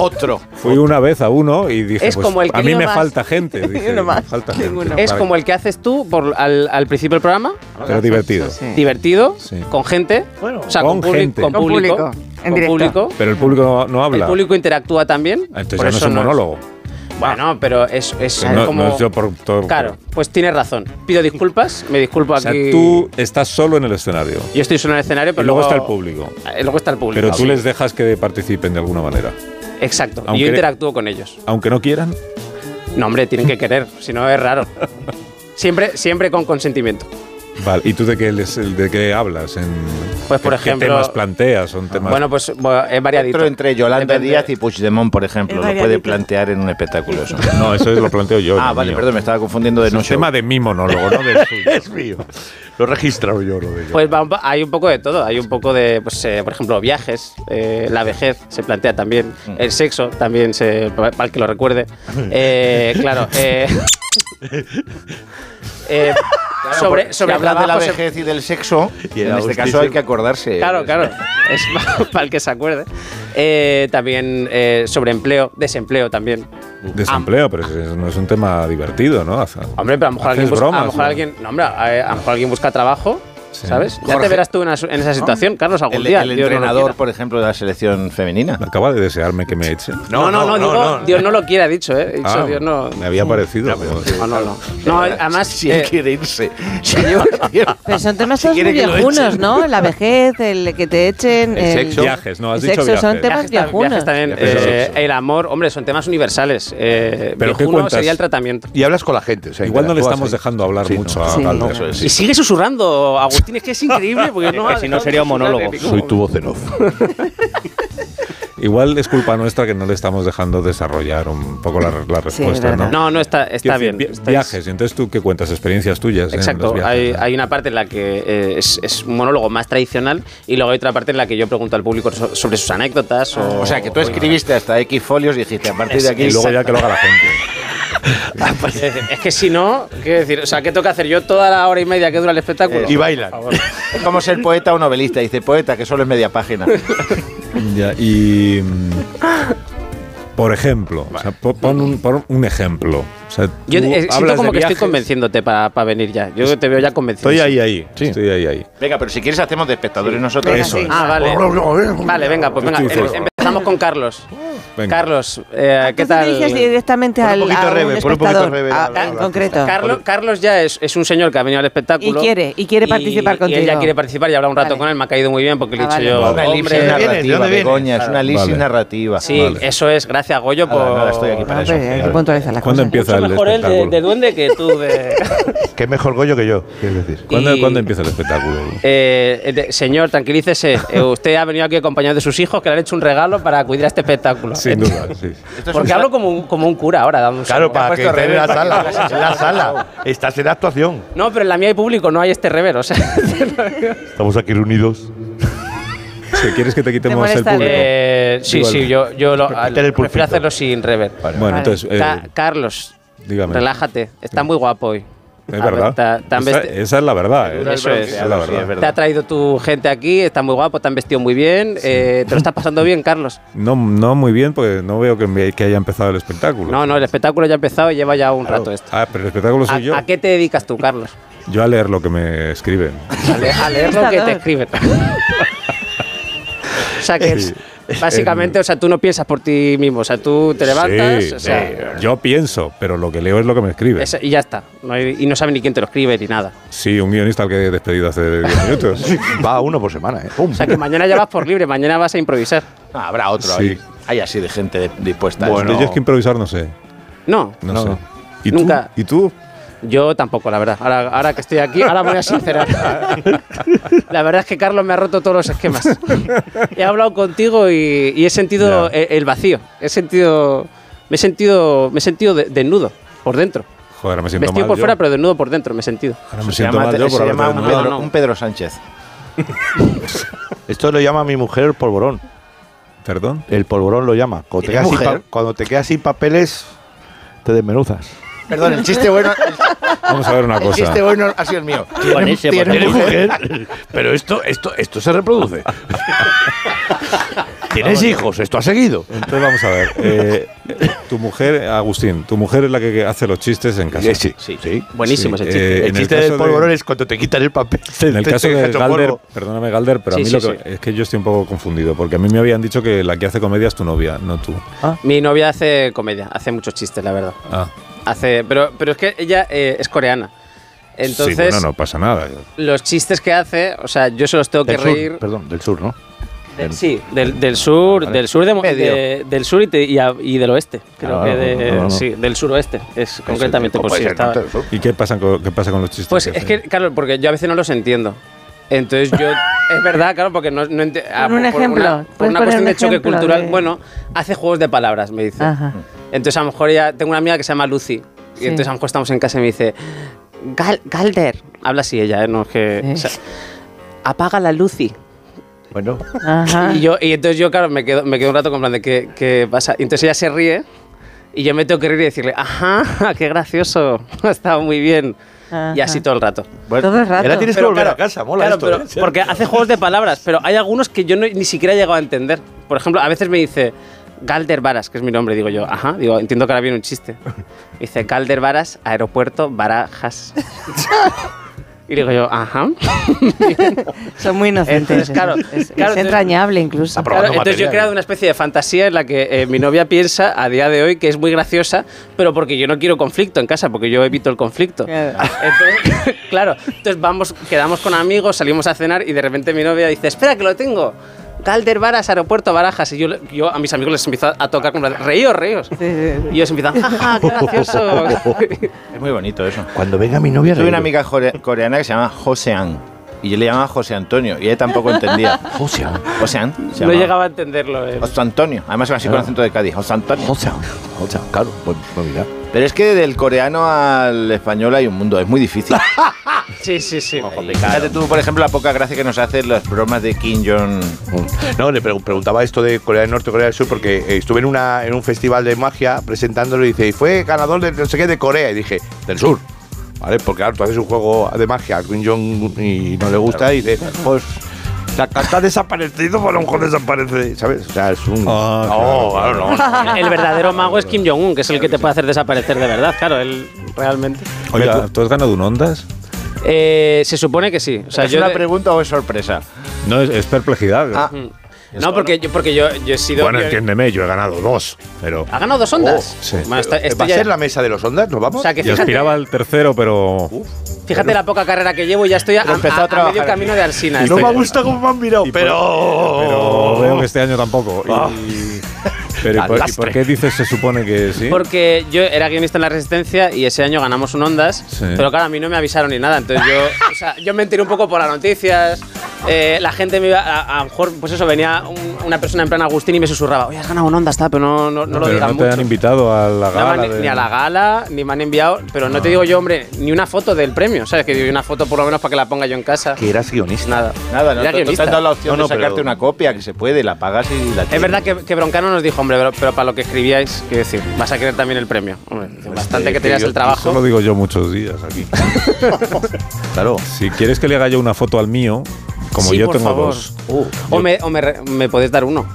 B: Otro.
C: Fui una vez a uno y dije,
G: Es
C: pues,
G: como el que
C: a mí
G: uno
C: me
G: más.
C: falta gente. Dije, me
D: Uno más,
C: falta gente.
D: ninguno.
G: Es
C: Para-
G: como el que haces tú por, al, al principio del programa,
C: Pero divertido.
D: Sí.
G: divertido,
C: Mm. Sí.
G: con gente, o sea, con,
C: Con
G: publi-
C: gente.
G: con
D: Con
G: público,
D: público, en
G: con
D: directo.
G: público.
C: Pero el público no, no
G: El
C: habla.
G: público interactúa también.
C: Ah, Entonces
G: por
C: ya no es
G: eso
C: un monólogo.
G: Bueno, pero es, es
C: Que no-
G: como...
C: no es yo por todo-
G: Claro, pues tienes razón. Pido disculpas, me disculpo
C: O sea,
G: aquí.
C: tú estás solo en el escenario.
G: Yo estoy solo en el escenario,
C: Y
G: pero
C: luego está el público.
G: Eh, Luego está el público.
C: Pero tú
G: sí.
C: les dejas que participen de alguna manera.
G: Exacto. Y
C: Aunque-
G: yo interactúo con ellos.
C: Aunque no quieran.
G: No, hombre, tienen que querer, si no es raro. Siempre, siempre con consentimiento.
C: Vale. ¿Y tú de qué, les- de qué hablas? En,
G: Pues, por
C: ¿qué-
G: ejemplo-
C: ¿Qué temas planteas? ¿Son temas
G: Bueno, pues bueno, es variadito.
B: Otro entre Yolanda
G: Depende.
B: Díaz y Puigdemont, por ejemplo.
D: Es
B: Lo puede
D: variadito.
B: plantear en un espectáculo eso.
C: No, eso es- lo planteo yo.
B: Ah,
C: lo
B: vale,
C: mío.
B: perdón, me estaba confundiendo de
C: Es un
B: no show.
C: tema de mi monólogo, no del suyo.
A: Es mío. Lo he registrado yo, lo de yo.
G: Pues va un po- hay un poco de todo. Hay un poco de, pues, eh, por ejemplo, viajes, eh, la vejez se plantea también,
B: Mm.
G: el sexo también, se, para el que lo recuerde. Eh, claro. eh, eh, sobre sobre
B: hablar de la
G: trabajo se-
B: vejez y del sexo,
A: Y
B: en
A: el
B: este
A: Agustín
B: caso hay
A: se-
B: que acordarse.
G: Claro, claro. Es para el que se acuerde. Eh, también eh, sobre empleo, desempleo también.
C: Desempleo, pero eso no es un tema divertido, ¿no? O sea,
G: Hombre, pero a lo mejor
C: Haces
G: alguien busca, a
C: bromas,
G: lo mejor
C: ¿no?
G: alguien, no, hombre, a, a lo mejor alguien busca trabajo ¿Sabes? ya
B: Jorge.
G: te verás tú en, as- en esa situación, Carlos, algún
B: El,
G: día.
B: el
G: Dios no lo
B: entrenador,
G: quiera.
B: por ejemplo, de la selección femenina.
C: Acaba de desearme que me echen.
G: No, no, no, digo, Dios no lo quiera, he dicho, ¿eh? He dicho,
C: Ah,
G: Dios no.
C: Me había parecido.
G: No, no, no. No, además.
B: si
G: eh,
B: él quiere irse. Señor,
D: Pero son
B: Ah,
D: temas
B: Si
D: todos muy
B: quiere que lo
D: viejunos,
B: echen.
D: ¿no? La vejez, el que te echen.
B: El sexo.
C: Viajes, no, has
D: el
C: dicho
D: sexo, Son
C: viajes.
D: temas
G: viajes tam-
D: viejunos.
G: viajes también,
C: Viajes
G: eh,
C: también, sí.
G: el amor, hombre, son temas universales. Eh,
C: Pero ¿qué
G: viejuno
C: cuentas?
G: sería el tratamiento.
A: Y hablas con la gente. o sea,
C: Igual no le
A: interactúas
C: estamos
A: ahí.
C: dejando hablar
A: Sí,
C: mucho
A: no.
C: a
D: Sí.
C: Calder.
A: Eso es,
G: Y sigue susurrando, Agustín, es que es increíble. Porque
I: Es
G: no
I: que
G: ha
I: si no
G: dejado de
I: sería un
G: susurrar,
I: monólogo.
G: eh,
A: Soy tu voz en off.
C: Igual es culpa nuestra que no le estamos dejando desarrollar un poco la, la respuesta.
D: verdad.
C: ¿no?
G: No, no, está,
C: Quiero
G: está
C: decir,
G: bien.
C: vi-
G: estáis-
C: viajes, y entonces tú qué cuentas, experiencias tuyas. ¿eh? en los
G: Exacto,
C: viajes?
G: hay, hay una parte en la que eh, es, es un monólogo más tradicional y luego hay otra parte en la que yo pregunto al público so- sobre sus anécdotas. O,
B: O sea, que tú escribiste hasta X folios y dijiste, a partir de aquí...
C: Y luego ya que lo haga la gente.
G: Es, es que si no, ¿qué decir? O sea, ¿qué tengo que hacer yo toda la hora y media que dura el espectáculo?
C: Eh,
A: Y bailan.
B: Es como ser poeta o novelista. Dice, poeta, que solo es media página.
C: Ya, y. mm, Por ejemplo, o sea, po- pon, un, pon un ejemplo. O sea,
G: Yo
C: tú
G: eh, siento
C: hablas
G: como
C: de
G: que estoy
C: viajes.
G: convenciéndote para venir ya. Yo te veo ya convencido.
C: Estoy ahí, ahí.
B: Sí.
C: Estoy ahí, ahí.
B: Venga, pero si quieres hacemos de espectadores nosotros.
D: Venga, sí.
G: Ah, vale.
A: ¿eh?
G: Vale, venga, pues venga.
C: Estoy
G: em-
C: fuera.
G: empezamos con Carlos.
C: Venga.
G: Carlos, eh, ¿qué
D: Tú te diriges
G: tal?
D: directamente
A: Por un
D: al
A: poquito
D: a un
A: rebe, por un poquito
D: espectador,
A: rebe,
D: a-
A: habla,
D: en
A: habla.
D: concreto. Ah,
G: Carlos, Carlos ya es, es un señor que ha venido al espectáculo.
D: Y quiere, y quiere participar
G: Y él ya
D: contigo.
G: quiere participar y habla un rato
D: Vale.
G: con él. Me ha caído muy bien porque le he
D: Ah,
G: dicho
D: vale.
G: yo.
B: una elipsis
A: ¿De dónde
G: Hombre,
A: vienes? ¿De
B: narrativa,
A: dónde vienes?
B: Begoña, es una elipsis
C: Vale.
B: narrativa.
G: sí,
C: Vale.
G: eso es. Gracias, Goyo, por.
B: Nada, nada, estoy aquí para
D: Ah,
B: eso.
D: pues, hay que
B: Vale.
D: puntualizar las
C: ¿Cuándo
D: cosas.
C: empieza el
I: mejor él de,
C: espectáculo?
I: de duende que tú de.
A: Que es mejor Goyo que yo, quieres decir.
C: ¿Cuándo,
G: Y-
C: cuándo empieza el espectáculo?
G: Eh, eh, de- señor, tranquilícese. Eh, usted ha venido aquí acompañado de sus hijos que le han hecho un regalo para acudir a este espectáculo.
C: Sin duda, sí.
B: Esto es
G: Porque
B: un-
G: hablo como un, como un cura ahora. dando un
A: Pues Claro,
G: saludo.
C: Pues
A: para que
B: puesto
A: esté en
B: revés,
A: la
B: para que
A: sala.
B: no hagas
A: En la sala. Estás en actuación.
G: No, pero en la mía hay público, no hay este rever. O sea,
A: Estamos aquí reunidos.
C: Si quieres que te quitemos el
D: molesta el-
C: público.
G: eh, sí,
C: Igual.
G: sí, yo, yo lo,
A: Quítale el pulpito.
G: prefiero hacerlo sin rever.
C: Bueno, entonces. eh,
G: Ca- Carlos,
C: dígame.
G: relájate. Está muy guapo hoy.
C: Es
G: A ver,
C: verdad.
G: te- te han
C: esa,
G: vesti-
C: esa es la verdad. eh.
G: este- Eso es.
C: Esa es la
B: Sí, es
C: verdad.
B: verdad.
G: Te ha traído tu gente aquí, está muy guapo, te han vestido muy bien. eh, ¿Te lo estás pasando bien, Carlos?
C: No, no muy bien, porque no veo que, me- que haya empezado el espectáculo.
G: No, no, el espectáculo ya ha empezado y lleva ya un
C: Claro.
G: rato esto.
C: Ah, pero el espectáculo
G: ¿A,
C: soy yo.
G: a qué te dedicas tú, Carlos?
C: Yo a leer lo que me escriben.
G: A, le- a leer lo que te escriben. o sea que
C: Sí.
G: es- básicamente, o sea, tú no piensas por ti mismo, o sea, tú te levantas
C: Sí,
G: o sea,
C: eh, yo pienso, pero lo que leo es lo que me escriben.
G: esa- y ya está. No hay- y no sabe ni quién te lo escribe ni nada.
C: Sí, un guionista al que he despedido hace 10 minutos.
A: Va uno por semana, ¿eh? Pum.
G: O sea que mañana ya vas por libre, mañana vas a improvisar.
B: Ah, habrá otro
C: Sí.
B: ahí. Hay así de gente de- dispuesta. a
C: Bueno.
B: esto.
C: Yo es que improvisar no sé.
G: No,
C: No,
A: No.
C: sé. ¿Y
G: Nunca.
C: tú? ¿Y tú?
G: yo tampoco, la verdad. Ahora, ahora que estoy aquí, ahora me voy a sincerar. La verdad es que Carlos me ha roto todos los esquemas. He hablado contigo y, y he sentido
C: Ya.
G: e- el, vacío. He sentido, me he sentido, me he sentido de- desnudo por dentro.
C: Joder, me siento
G: Vestido
C: mal.
G: por
C: yo.
G: fuera, pero desnudo por dentro, me he sentido.
C: Ahora me
B: Se
C: siento
B: llama,
C: mal yo
B: se
C: por haber
B: llama un,
C: terminado.
B: Pedro,
G: No, no.
B: un Pedro Sánchez.
A: Esto lo llama mi mujer el polvorón.
C: Perdón.
A: El polvorón lo llama. Cuando
B: ¿Tiene
A: te, quedas sin,
B: mujer?
A: pa- cuando te quedas sin papeles, te desmenuzas.
B: Perdón, el chiste bueno, el
C: Vamos a ver una cosa.
B: chiste bueno ha sido el mío.
I: Con ese, por
B: tiene
I: ejemplo.
A: Pero esto, esto, esto se reproduce. Tienes hijos, esto ha seguido.
C: Entonces vamos a ver. eh, tu mujer, Agustín, tu mujer es la que hace los chistes en casa.
A: Sí, sí.
G: Buenísimo
C: Sí,
G: ese chiste.
C: eh,
A: El
C: en
A: chiste
C: caso
A: del
C: de-
A: polvorón es cuando te quitan el papel.
C: En el
A: Te
C: caso de
A: dejan hecho
C: Galder,
A: polvo.
C: perdóname Galder, pero a
G: Sí,
C: mí
G: sí,
C: lo que es que yo estoy un poco confundido, porque a mí me habían dicho que la que hace comedia es tu novia, no tú.
G: Mi novia hace comedia, hace muchos chistes, la verdad.
C: Ah,
G: Hace, pero, pero es que ella eh, es coreana. Entonces,
C: sí, bueno, no pasa nada.
G: los chistes que hace, o sea, yo se los tengo que
A: Del
G: reír.
A: sur, perdón, del sur, ¿no?
G: de- sí, del, del sur, del sur de, Mo-
B: Medio.
G: de- del sur y, te- y a- y del oeste. Creo
A: Ah,
G: que
A: no,
G: de-
A: no, no.
G: sí, del suroeste es concretamente
A: ¿Cómo
G: por
A: puede
G: si
A: ser,
G: estaba-
A: no? Del sur.
C: ¿Y qué pasa con, qué pasa con los chistes?
G: Pues es que,
C: hacen?
G: claro, porque yo a veces no los entiendo. Entonces yo. es verdad, claro, porque no, no entiendo.
D: Pon un ejemplo,
G: Una, por
D: puedes
G: una
D: poner
G: cuestión
D: un
G: de choque
D: ejemplo
G: cultural.
D: de-
G: Bueno, hace juegos de palabras, me dice.
D: Ajá.
G: Entonces a lo mejor ya tengo una amiga que se llama Lucy. Y
D: Sí.
G: entonces a lo mejor estamos en casa y me dice, "Gal- Galder. Habla así ella, ¿eh? No es que...
D: Sí.
G: o sea, apaga la Lucy.
A: Bueno,
D: Ajá.
G: Y, yo, y entonces yo, claro, me quedo, me quedo un rato con plan de ¿qué, qué pasa? Y entonces ella se ríe y yo me tengo que reír y decirle, ajá, qué gracioso, ha estado muy bien. Y
D: Ajá.
G: así todo el rato.
D: Todo el rato.
A: ahora tienes que
G: Pero
A: volver
G: claro,
A: a casa, mola
G: claro,
A: esto.
G: pero-
A: ¿eh?
G: Porque hace juegos de palabras, pero hay algunos que yo no- ni siquiera he llegado a entender. Por ejemplo, a veces me dice Galder Varas, que es mi nombre, digo yo, ajá, digo, entiendo que ahora viene un chiste. Dice Galder Varas, aeropuerto, barajas. Y digo yo, ajá.
D: Son muy inocentes.
G: Entonces, claro,
D: es- es,
G: claro, entonces-
D: entrañable incluso.
G: Claro, entonces yo he creado una especie de fantasía en la que eh, mi novia piensa a día de hoy que es muy graciosa, pero porque yo no quiero conflicto en casa, porque yo evito el conflicto.
D: Claro.
G: Entonces, claro, entonces vamos, quedamos con amigos, salimos a cenar y de repente mi novia dice, espera que lo tengo. Calder Varas, Aeropuerto Barajas. Y yo, le- yo a mis amigos les empiezo a tocar como reíos, reíos. Y ellos empiezan, jaja, qué gracioso.
B: Es muy bonito eso.
A: Cuando venga mi novia,
B: Tuve
A: reír.
B: una amiga jore- coreana que se llama Josean. Y yo le llamaba José Antonio. Y ella tampoco entendía.
A: José,
B: Josean. se
G: no
B: llamaba.
G: llegaba a entenderlo. eh.
B: José Antonio. Además, así con acento de Cádiz. José Antonio.
A: José, José, claro, bueno, bueno, mira.
B: Pero es que del coreano al español hay un mundo. Es muy difícil.
G: Sí, sí, sí.
B: Fíjate tú, por ejemplo, la poca gracia que nos hacen las bromas de Kim Jong.
A: No, le pre- preguntaba esto de Corea del Norte, Corea del Sur, porque eh, estuve en, una, en un festival de magia presentándolo y dice, y fue ganador de no sé qué de Corea. Y dije, del Sur. ¿Vale? Porque claro, tú haces un juego de magia a Kim Jong y no le gusta y dice, pues. La carta ha desaparecido, pues a lo mejor desaparece, ¿sabes? O sea, es un.
C: Ah,
A: no, claro, no.
G: El verdadero mago es Kim Jong-un, que es el que te puede hacer desaparecer de verdad, claro, él realmente.
C: Oye, ¿tú has ganado un Ondas?
G: Eh, se supone que sí. O sea,
B: ¿Es
G: yo
B: una
G: de-
B: pregunta o es sorpresa?
C: No, es, es perplejidad.
B: Ah,
G: No, porque yo, porque yo, yo he sido.
C: bueno,
G: yo-
C: entiéndeme, yo he ganado dos, pero...
G: ¿Ha ganado dos ondas?
C: Oh, sí.
G: Bueno, esta- esto
A: Eh, ¿Va a
G: ya-
A: ser la mesa de los ondas? ¿Nos vamos?
G: O sea, que
C: Yo
G: fíjate,
C: aspiraba al tercero, pero...
G: fíjate la poca carrera que llevo y ya estoy a,
B: Pero empezó
G: a-
B: a
G: a
B: trabajar.
G: medio camino de Alsina.
A: no
G: Estoy-
A: me ha gustado cómo me han mirado,
C: Y por-
A: pero.
G: Oh.
C: Pero veo que este año tampoco. Y- pero ¿y por- ¿y por qué dices se supone que sí?
G: Porque yo era guionista en La Resistencia y ese año ganamos un Ondas,
C: Sí.
G: pero claro, a mí no me avisaron ni nada. Entonces yo, o sea, yo me enteré un poco por las noticias. eh, la gente me iba, a, a lo mejor, pues eso, venía un- una persona en plan Agustín y me susurraba, oye, has ganado un Ondas, tal, pero no, no, no lo
C: pero
G: digas
C: no te
G: mucho.
C: han invitado a la
G: No me
C: gala.
G: han-
C: de-
G: Ni a la gala, ni me han enviado, pero no te digo yo, hombre, ni una foto del premio, ¿sabes? Que digo, una foto por lo menos para que la ponga yo en casa. Pues
A: Que eras guionista.
G: Nada.
B: Nada, no,
G: Era
B: te, no te
G: guionista.
B: han dado la opción
A: No,
B: de
A: no,
B: sacarte
A: pero-
B: una copia que se puede, la pagas y la
G: Es
B: tienes.
G: verdad que, que Broncano nos dijo, hombre, pero, pero para lo que escribíais, quiero decir, vas a querer también el premio. Hombre,
C: Este
G: bastante que tenías el
C: Eso
G: trabajo.
C: lo digo yo muchos días aquí.
A: Claro.
C: si quieres que le haga yo una foto al mío, como
G: Sí,
C: yo
G: por
C: tengo
G: favor.
C: dos,
G: O, me, o me, re- me podéis dar uno.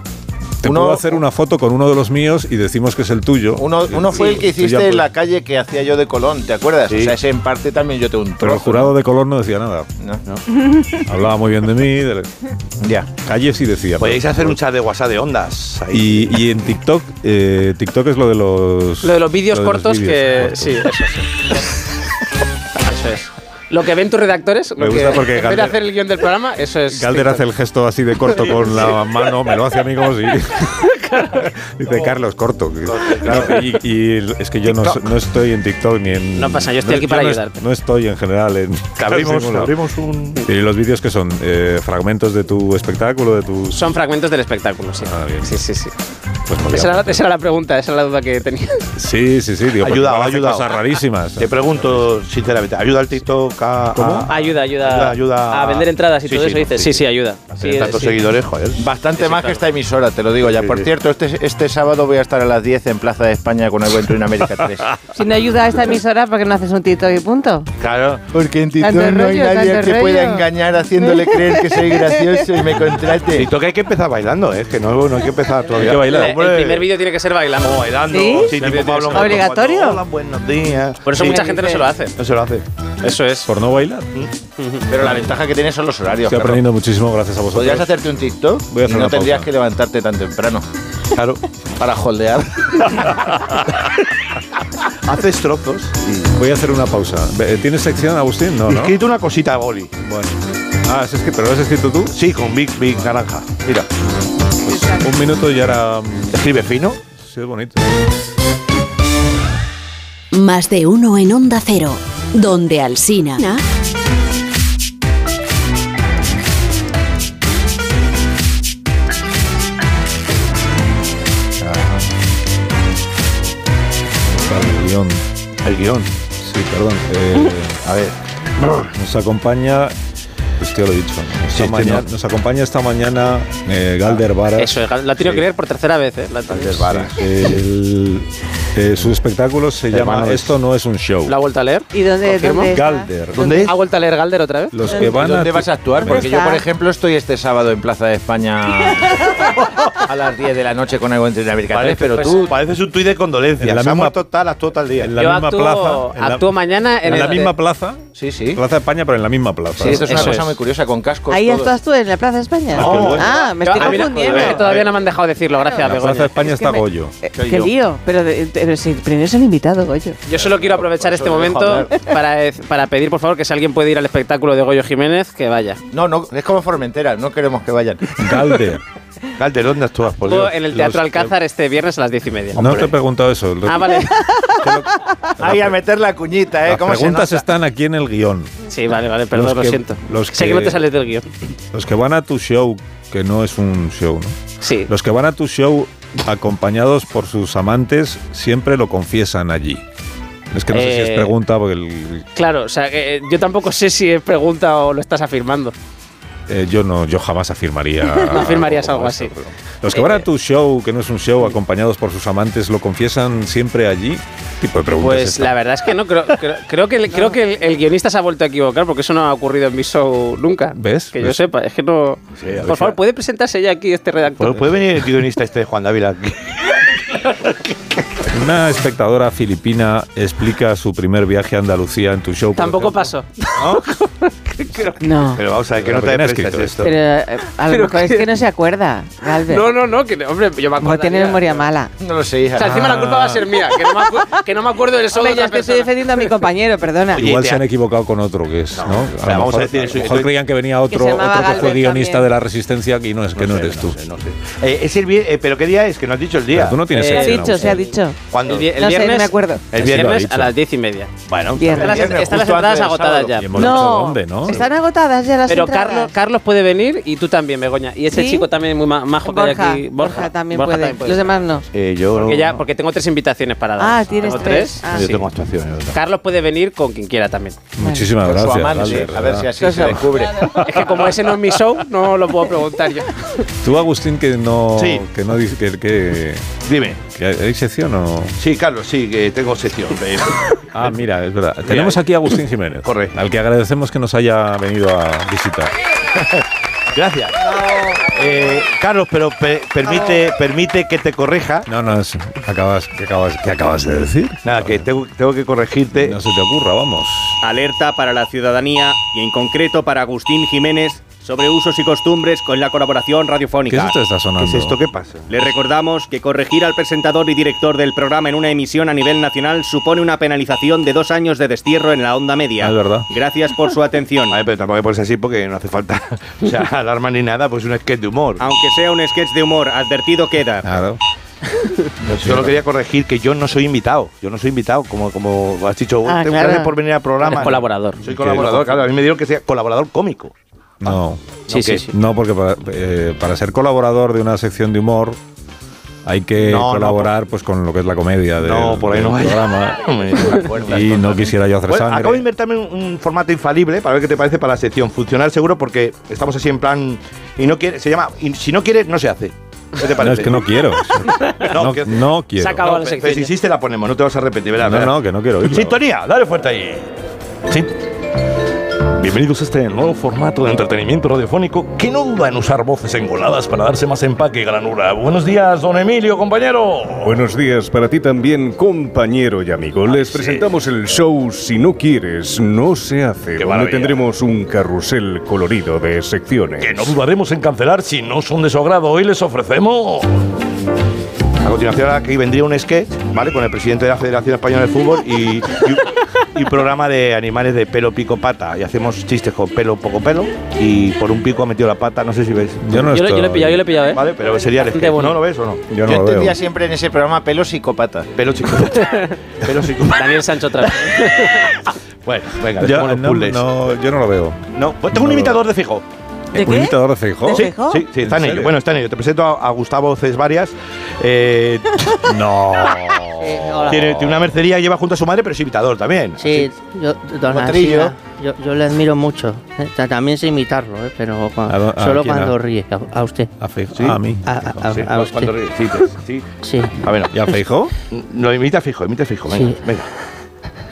C: te
B: Uno-
C: puedo hacer una foto con uno de los míos y decimos que es el tuyo.
B: Uno, uno fue el que
C: Tú ya
B: hiciste
C: puedes-
B: en la calle que hacía yo de Colón, ¿te acuerdas?
A: Sí.
B: O sea, ese en parte también yo te un
C: Pero el
B: trozo,
C: jurado de color no decía nada.
B: ¿no? ¿No?
C: Hablaba muy bien de mí, de
B: Ya.
C: calles y decía.
A: Podéis
G: Pues
C: pero-
A: hacer un chat de WhatsApp de ondas. ahí.
C: y, y en TikTok, eh, TikTok es lo de los.
G: Lo de los vídeos
C: lo de los
G: cortos
C: vídeos
G: que.
C: cortos.
G: Sí, eso sí. eso es. Lo que ven tus redactores, lo
C: Me gusta
G: que,
C: porque
G: en vez de
C: Galder-
G: hacer el guión del programa, eso es.
C: Calder
G: TikTok.
C: hace el gesto así de corto con la mano, me lo hace a mí como si. Dice Carlos, corto. No, y, y es que yo no, no estoy en TikTok ni en.
G: No pasa, yo estoy aquí para
C: no es-
G: ayudarte.
C: No estoy en general en.
A: Te abrimos,
C: ningún
A: te
C: lado.
A: abrimos un.
C: ¿Y los vídeos que son? Eh, ¿Fragmentos de tu espectáculo? de tus
G: Son fragmentos del espectáculo, sí.
C: Ah, bien.
G: sí, sí, sí.
C: Pues me
G: Esa
C: voy a-
G: era, la, esa era la pregunta, esa era la duda que tenía.
C: Sí, sí, sí. Digo, porque
A: Ayudado,
C: igual hace
A: ayudado.
C: cosas rarísimas.
A: Te pregunto sinceramente, ¿ayuda al TikTok a, a- a-
G: Ayuda,
A: Ayuda,
G: ayuda,
A: ayuda
G: a vender entradas y
A: Sí,
G: todo
A: sí,
G: eso,
A: no,
G: dices.
A: sí,
G: Sí, sí, ayuda.
A: tener
G: Sí,
A: tantos
G: sí.
A: seguidores, joder?
B: Bastante más que esta emisora, te lo digo ya.
A: Sí,
B: Por
A: sí.
B: cierto, este, este sábado voy a estar a las 10 en Plaza de España con Aventura en América 3.
D: Si no ayuda a esta emisora, ¿por qué no haces un TikTok y punto?
A: Claro.
B: Porque en
D: Tanto
B: TikTok no hay
D: rollo,
B: nadie
D: tanto
B: que pueda
D: rollo.
B: engañar haciéndole creer que soy gracioso y me contrate.
A: TikTok hay que empezar bailando, ¿eh? que no, no hay que empezar todavía.
C: que bailar.
G: El-
A: Hombre.
G: El primer vídeo tiene que ser bailando.
A: Como bailando.
D: ¿Sí?
A: Sí, tipo Pablo Motos,
D: ¿Obligatorio?
A: cuando, Hola, buenos días.
G: Por eso
A: Sí,
G: mucha gente no se lo hace.
A: No se lo hace.
G: Eso es.
C: ¿Por no bailar?
B: Pero la ventaja que tiene son los horarios.
C: Estoy
B: Carlos.
C: aprendiendo muchísimo gracias a vosotros.
B: Podrías hacerte un TikTok
C: Voy a
B: y
C: hacer
B: no
C: una
B: tendrías
C: pausa.
B: que levantarte tan temprano
A: Claro.
B: para holdear.
A: Haces trozos.
C: Voy a hacer una pausa. Ve, ¿Tienes sección, Agustín? No,
A: He
C: ¿no?
A: escrito una cosita a boli.
C: Bueno. Ah, ¿es que, ¿pero lo has escrito tú?
A: Sí, con Big Big Naranja. Mira.
C: Un minuto y ahora... mm,
A: Escribe fino.
C: Sí, es bonito.
H: Más de uno en Onda Cero, donde Alsina.
C: El guión.
A: El guión.
C: Sí, perdón. Eh,
A: A ver.
C: nos acompaña... Pues ya lo he dicho. Esta
A: Sí,
C: mañana-
A: sí, no.
C: Nos acompaña esta mañana eh, Galder Varas.
G: Eso es, la tenido
C: Sí.
G: que leer por tercera vez, ¿eh? La he tenido-
C: Sí, el- eh, su espectáculo se llama
A: Hermanos.
C: Esto no es un show.
G: ¿La ha vuelto a leer?
D: ¿Y dónde,
G: Confirmo.
D: dónde está?
C: Galder.
A: ¿Dónde es?
G: ¿Ha vuelto a leer Galder otra vez?
C: Los que van
B: ¿Dónde
C: a
B: vas a actuar?
D: ¿Dónde
B: Porque yo,
D: está?
B: por ejemplo, estoy este sábado en Plaza de España a las 10 de la noche con algo entre navegadores, pero
A: pues,
B: tú.
A: Pareces un tuit de condolencias.
C: En la
A: Se ha
C: misma-
A: muerto tal, actúa tal día.
C: En la
G: Yo
C: misma
G: actúo-
C: plaza. en la-
G: actúo mañana en
C: en la
G: el-
C: misma plaza.
B: Sí, sí.
C: Plaza de España, pero en la misma plaza.
B: Sí, esto es una
G: Eso
B: cosa
G: es.
B: muy curiosa, con cascos.
D: Ahí
B: todo.
D: estás tú en la Plaza de España.
C: Ah, qué bueno.
D: Ah, me estoy
G: Yo- a mí no-
D: confundiendo.
G: es que todavía no me han dejado decirlo, gracias,
C: En la plaza de
G: Begoña.
C: España
D: Es que
C: está
D: me-
C: Goyo.
D: Eh, Qué lío, pero, de- pero si primero es el invitado, Goyo.
G: Yo solo quiero aprovechar este momento para, para pedir, por favor, que si alguien puede ir al espectáculo de Goyo Jiménez, que vaya.
B: No, no, es como Formentera, no queremos que vayan.
C: Galde.
A: Calderón, ¿dónde actúas, por
G: Estuvo
A: Dios?
G: en el Teatro
A: Los-
G: Alcázar este viernes a las diez y media.
C: No te he preguntado eso.
G: Ah, vale.
B: Ahí a meter la cuñita, ¿eh?
C: Las
B: ¿Cómo se
C: preguntas
B: nota?
C: están aquí en el guión.
G: Sí, vale, vale, perdón,
C: Los
G: lo
C: que-
G: siento.
C: los
G: Sé que no
C: que-
G: te sales del guión.
C: Los que van a tu show, que no es un show, ¿no?
G: Sí.
C: Los que van a tu show acompañados por sus amantes siempre lo confiesan allí. Es que no sé si es
G: Eh,
C: pregunta, porque el-
G: Claro, o sea, que, eh, yo tampoco sé si es pregunta o lo estás afirmando.
C: eh, yo no, yo jamás afirmaría.
G: No afirmarías
C: como
G: algo
C: esto,
G: así.
C: pero- Los que van
G: Eh,
C: a tu show, que no es un show, acompañados por sus amantes, lo confiesan siempre allí. ¿Qué tipo de preguntas.
G: Pues la verdad es que no, creo, creo, creo que, el, creo que el, el guionista se ha vuelto a equivocar porque eso no ha ocurrido en mi show nunca.
C: ¿Ves?
G: Que yo
C: ¿Ves?
G: sepa, es que no...
A: Sí, a ver
G: Por
A: si-
G: favor, ¿puede presentarse ya aquí este redactor?
A: ¿Puede puede venir el guionista este de Juan Dávila? aquí?
C: Una espectadora filipina explica su primer viaje a Andalucía en tu show. por
G: Tampoco
C: ejemplo.
G: pasó.
D: No.
A: Pero vamos a ver, ¿qué nota de
C: Pero ¿quién ha
A: prensa es
C: escrito
A: esto?
D: Pero eh, a lo
G: Pero
D: mejor
G: qué-
D: es que no se acuerda, Galvez.
G: No, no, no, que hombre, yo me acuerdo.
D: Como tiene memoria mala.
B: No lo sé, hija.
G: O sea, encima la culpa va a ser mía, que no me, acu- que no me acuerdo del show de
D: Hombre, yo
G: otra
D: es que estoy
G: persona.
D: defendiendo a mi compañero, perdona.
A: Oye,
C: Igual
A: te-
C: se han equivocado con otro que es, ¿no? A lo
A: pero vamos
C: mejor-
A: a decir,
C: a lo
A: soy-
C: mejor
A: soy-
C: creían que venía otro,
D: se
C: otro
D: llamaba
C: que fue
D: Galvez
C: guionista
D: también.
C: de la Resistencia y no es que no, eres tú.
A: sé, no sé. Eh, es el vie- eh, ¿Pero qué día es? Que no has dicho el día.
C: Pero tú no tienes
G: Eh,
D: Se ha
C: edad,
D: dicho,
C: ¿no?
D: se ha dicho.
A: ¿Cuándo?
G: El vi-
D: No sé, no me acuerdo.
G: El
C: El viernes
G: viernes
C: lo ha
G: a
C: dicho.
G: las diez y media.
A: Bueno,
G: Están
D: Viernes.
G: las,
B: viernes,
G: están las
B: justo antes
G: entradas
B: del
G: agotadas
B: sábado.
G: ya.
C: Y hemos dicho
D: No,
C: dónde, ¿no?
D: están agotadas ya las
G: Pero
D: entradas.
G: Carlos, Carlos puede venir y tú también, Begoña. Y ese
D: ¿Sí?
G: chico también muy ma- majo que
D: Borja,
G: hay aquí.
D: Borja, también,
G: Borja
D: puede. Los demás no.
A: eh, yo,
G: Porque, ya, porque tengo tres invitaciones para dar.
D: Ah, tienes
G: Tengo
D: tres. Ah.
A: yo
G: sí.
A: tengo actuaciones. otra.
G: Carlos puede venir con quien quiera también.
C: Muchísimas
B: Con su
C: Ah, gracias.
B: amante,
C: Galder,
B: a ver si
C: ¿verdad?
B: así se descubre.
G: Es que como ese no es mi show, no lo puedo preguntar yo.
C: Tú, Agustín, que no,
A: Sí.
C: que no dice que, que,
A: Dime.
C: que hay sección o no.
A: Sí, Carlos, sí, que tengo sección. Eh,
C: Ah, mira, es verdad. Tenemos aquí a Agustín Jiménez,
A: Correcto.
C: al que agradecemos que nos haya venido a visitar.
A: Gracias. Eh, Carlos, pero pe- permite, permite que te corrija.
C: No, no, es- acabas, ¿qué, acabas, ¿qué acabas de decir?
A: Nada, que tengo, tengo que corregirte.
C: No se te ocurra, vamos.
I: Alerta para la ciudadanía y en concreto para Agustín Jiménez sobre usos y costumbres con la colaboración
C: ¿Qué es
I: radiofónica.
C: esto que está
A: ¿Qué
C: sonando?
A: es esto? ¿Qué pasa?
I: Le recordamos que corregir al presentador y director del programa en una emisión a nivel nacional supone una penalización de dos años de destierro en la onda media.
C: Ah, es verdad.
I: Gracias por su atención.
A: A ver, pero tampoco puedes así porque no hace falta o sea, alarma ni nada, pues un sketch de humor.
G: Ah,
I: Aunque sea un sketch de humor, advertido queda.
C: Claro.
A: Ah. Solo quería corregir que yo no soy invitado. Yo no soy invitado, como, como has dicho,
D: Ah,
A: "Te-
D: claro.
A: gracias por venir al programa.
G: Eres colaborador.
A: Soy colaborador, claro. A mí me dijeron que sea colaborador cómico.
C: No.
G: Sí, sí,
A: que-
G: sí.
C: No, porque para, eh, para ser colaborador de una sección de humor hay que
A: No, no,
C: colaborar pues con lo que es la comedia del,
A: No, por ahí
C: del
A: no vaya.
C: programa. ¿eh?
A: Hombre,
C: y no quisiera yo hacer
A: Bueno,
C: sangre.
A: acabo de inventarme un, un formato infalible para ver qué te parece para la sección. Funcionar seguro porque estamos así en plan. Y no quiere, se llama. y si no quieres, no se hace. ¿Qué te
C: No,
A: parece?
C: es que no quiero.
A: No,
C: no,
A: que-
C: no quiero.
G: Se acabó
A: No,
G: la
A: pe-
G: sección.
A: pero si existe, la ponemos. No te vas a arrepentir, verás.
C: No,
A: verás.
C: no, que no quiero oírlo.
A: Sintonía, dale fuerte ahí. Sí. Bienvenidos a este nuevo formato de entretenimiento radiofónico que no duda en usar voces engoladas para darse más empaque y granura. Buenos días, don Emilio, compañero.
J: Buenos días para ti también, compañero y amigo. Les presentamos el show Si no quieres, no se hace, donde
A: maravilla.
J: tendremos un carrusel colorido de secciones.
A: Que no dudaremos en cancelar si no son de su agrado. Hoy les ofrecemos. A continuación, aquí vendría un sketch, ¿vale? Con el presidente de la Federación Española de Fútbol y, y- y programa de animales de pelo, pico, pata. Y hacemos chistes con pelo, poco pelo. Y por un pico ha metido la pata, no sé si ves.
C: Yo no
G: Yo, lo- yo lo he
C: estoy-
G: pillado, yo lo he pillado, ¿eh?
A: Vale, pero sería el sketch.
G: Bastante bueno.
A: ¿No lo ves o no?
C: Yo no
B: Yo
C: lo veo.
B: entendía este siempre en ese programa pelo psicópata.
A: Pelo chico. Pelo chico.
G: Daniel Sancho otra vez.
A: Bueno, venga,
C: Ya,
A: dejemos los
C: no,
A: puzzles. No,
C: no, yo no lo veo.
A: pues tengo
C: No.
A: un imitador de fijo.
D: ¿De
C: ¿Un
D: qué?
C: imitador de Feijó?
D: ¿De Feijó?
A: Sí, sí, está
C: ¿En
A: en, ello.
C: serio?
A: Bueno, está en ello. Te presento a, a Gustavo Cesvarias. Eh,
C: No.
A: tiene, tiene una mercería que lleva junto a su madre, pero es imitador también.
K: Sí, yo, don
B: Potrillo.
K: Alsina, yo, yo le admiro mucho. Eh, ta- También sé imitarlo, eh, pero cua-
C: ¿A do- a
K: solo
C: quién,
K: cuando
C: a-
K: ríe. A, a usted.
C: ¿A Feijó? Ah, a mí.
K: A, a- a-
A: Sí,
K: a
A: no, cuando
K: usted.
A: ríe. Sí, pues, sí.
C: Ah.
K: Sí.
A: A ver, no.
C: ¿Y a Feijó?
A: Lo imita fijo, imita fijo. Venga,
K: Sí.
A: venga.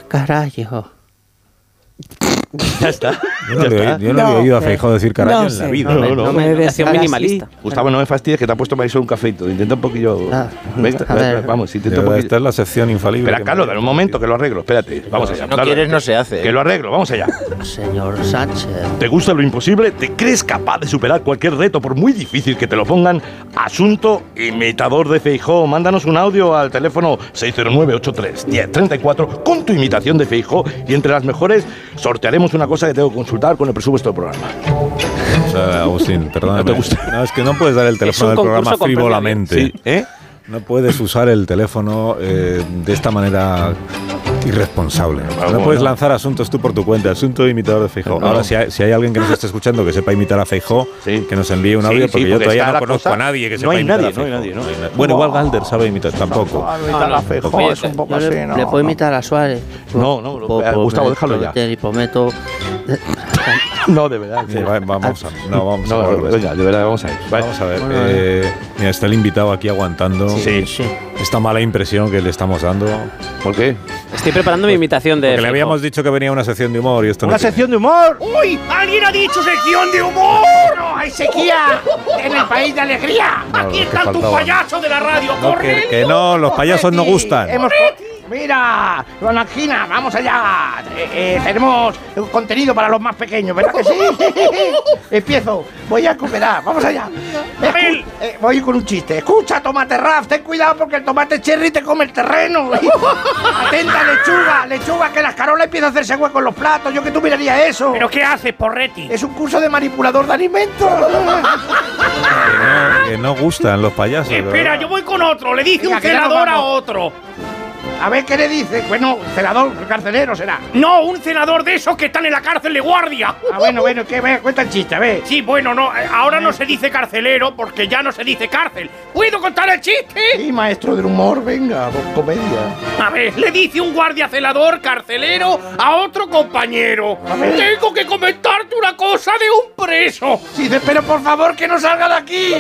K: Carajo.
A: Ya está.
C: no le he- yo no le he oído a Feijóo decir
A: carajo
C: carajo en la vida.
A: Gustavo, no me fastidies, que te ha puesto Marisol un cafeito. Intenta un poquillo. Ve,
C: a ver.
A: Vamos,
C: De
A: intenta un
C: verdad,
A: poquillo.
C: Esta es la sección infalible.
A: Espera,
C: que
A: Carlos, dale un momento que lo arreglo. Espérate, vamos allá.
C: no
A: Dale.
C: quieres, no se hace,
A: Que
C: ¿eh?
A: lo arreglo, vamos allá.
G: Señor Sánchez.
A: ¿Te gusta lo imposible? ¿Te crees capaz de superar cualquier reto por muy difícil que te lo pongan? Asunto imitador de Feijó. Mándanos un audio al teléfono 609-83-1034 con tu imitación de Feijó y entre las mejores sortearemos una cosa que tengo que consultar con el presupuesto del programa.
C: O sea, Agustín, perdóname. No, es que no puedes dar el teléfono
A: un
C: del programa
A: concurso con
C: frivolamente.
A: premio. Sí, ¿eh?
C: No puedes usar el teléfono eh, de esta manera irresponsable.
A: Vamos,
C: no puedes
A: ¿no?
C: lanzar asuntos tú por tu cuenta. Asunto imitador de Feijó.
A: No.
C: Ahora, si hay, si hay alguien que nos esté escuchando que sepa imitar a Feijó, que nos envíe un
A: Sí,
C: audio,
A: sí,
C: porque yo
A: porque
C: todavía
A: está
C: no
A: la
C: conozco
A: cosa-
C: a nadie que
A: no
C: sepa
A: hay
C: imitar
A: nadie,
C: a
A: no hay
C: Feijóo.
A: nadie, ¿no?
C: hay nadie. Bueno, igual Galder sabe imitar, tampoco.
A: es un poco así, ¿no?
G: Le puedo imitar a Suárez.
A: No, no, eh, Gustavo, déjalo ya.
G: Y prometo.
A: No, de verdad.
C: Sí, va- vamos a, no, vamos
A: No,
C: a ver.
A: venga, de verdad, vamos a ver.
C: Vamos a ver.
A: Bueno,
C: eh, mira, está el invitado aquí aguantando
G: Sí, sí.
C: esta mala impresión que le estamos dando.
A: ¿Por qué?
H: Estoy preparando mi imitación de.
C: Porque le habíamos dicho que venía una sección de humor y esto no
A: Una
C: tiene.
A: sección de humor.
L: ¡Uy! ¡Alguien ha dicho sección de humor! ¡No, hay sequía! ¡En el país de alegría!
C: No,
L: ¡Aquí
C: lo que
L: están tus
C: faltaba.
L: payasos de la radio!
C: No,
L: ¡Corre!
C: que, que no, los payasos no gustan.
L: Hemos co- Mira, Ronaldina, vamos allá. Eh, eh, tenemos contenido para los más pequeños, ¿verdad que sí? Empiezo. Voy a recuperar. Vamos allá. Escu- eh, voy con un chiste. Escucha, tomate Raf, ten cuidado porque el tomate cherry te come el terreno. Atenta, lechuga, lechuga, que las carolas empieza a hacerse hueco en los platos. Yo que tú miraría eso. ¿Pero qué haces, Porretti? Es un curso de manipulador de alimentos.
C: No, que no gustan los payasos. de verdad.
L: yo voy con otro. Le
F: dice un celador a otro.
L: A ver qué le dice. Bueno, celador, carcelero será.
F: No, un cenador de esos que están en la cárcel de guardia.
L: Ah, bueno, bueno, que ve, cuenta el chiste, a ver.
F: Sí, bueno, no, eh, ahora no se dice carcelero porque ya no se dice cárcel. ¿Puedo contar el chiste?
L: Sí, maestro del humor, venga, con comedia.
F: A ver, le dice un guardia celador carcelero a otro compañero. Tengo que comentarte una cosa de un preso.
L: Sí, pero por favor que no salga de aquí.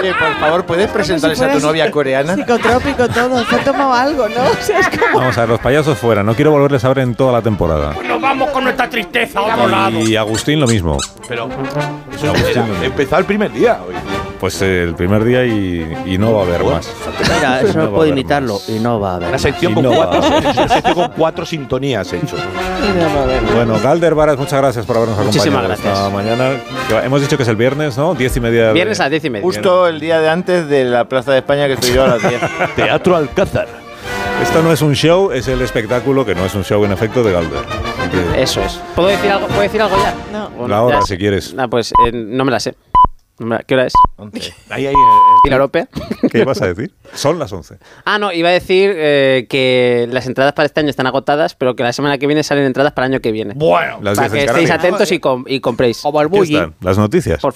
B: Oye, por favor, ¿puedes presentarles a tu
D: fueras-
B: novia coreana?
D: Psicotrópico todo, se ha tomado algo, ¿no? O sea, es como...
C: Vamos a ver, los payasos fuera. No quiero volverles a ver en toda la temporada.
F: Nos vamos con nuestra tristeza a otro lado.
C: Y Agustín lo mismo.
A: Pero eso era- empezó el primer día hoy.
C: Pues eh, el primer día y, y no va a haber más.
G: Mira, eso
C: No
G: no
C: va a
G: puedo
C: haber
G: imitarlo y no va a haber.
C: Una sección
G: Y
C: con
G: no va a
C: cuatro.
G: haber.
A: Una sección con cuatro sintonías hecho.
C: Bueno, Galder Varas, muchas gracias por habernos
H: Muchísimas
C: acompañado esta
H: gracias.
C: mañana. Que va- Hemos dicho que es el viernes, ¿no? Diez y media. de-
H: Viernes a las diez y media.
B: Justo el día de antes de la Plaza de España que estoy yo a las 10.
A: Teatro Alcázar.
C: Esto no es un show, es el espectáculo, que no es un show en efecto de Galder. Así que-
H: Eso es. ¿Puedo decir algo, ¿puedo decir algo ya? No.
C: La hora, si quieres.
H: Ah, pues eh, no me la sé. No me la- ¿Qué hora es?
A: Ahí, eh, ahí.
H: Europea?
C: ¿Qué ibas a decir? Son las once.
H: Ah, no, iba a decir eh, que las entradas para este año están agotadas, pero que la semana que viene salen entradas para el año que viene.
A: Bueno,
C: Las
H: para
C: diez en
H: que
C: Canarias.
H: estéis atentos y, com- y compréis. Como
C: ¿Qué están? Las noticias.
H: Por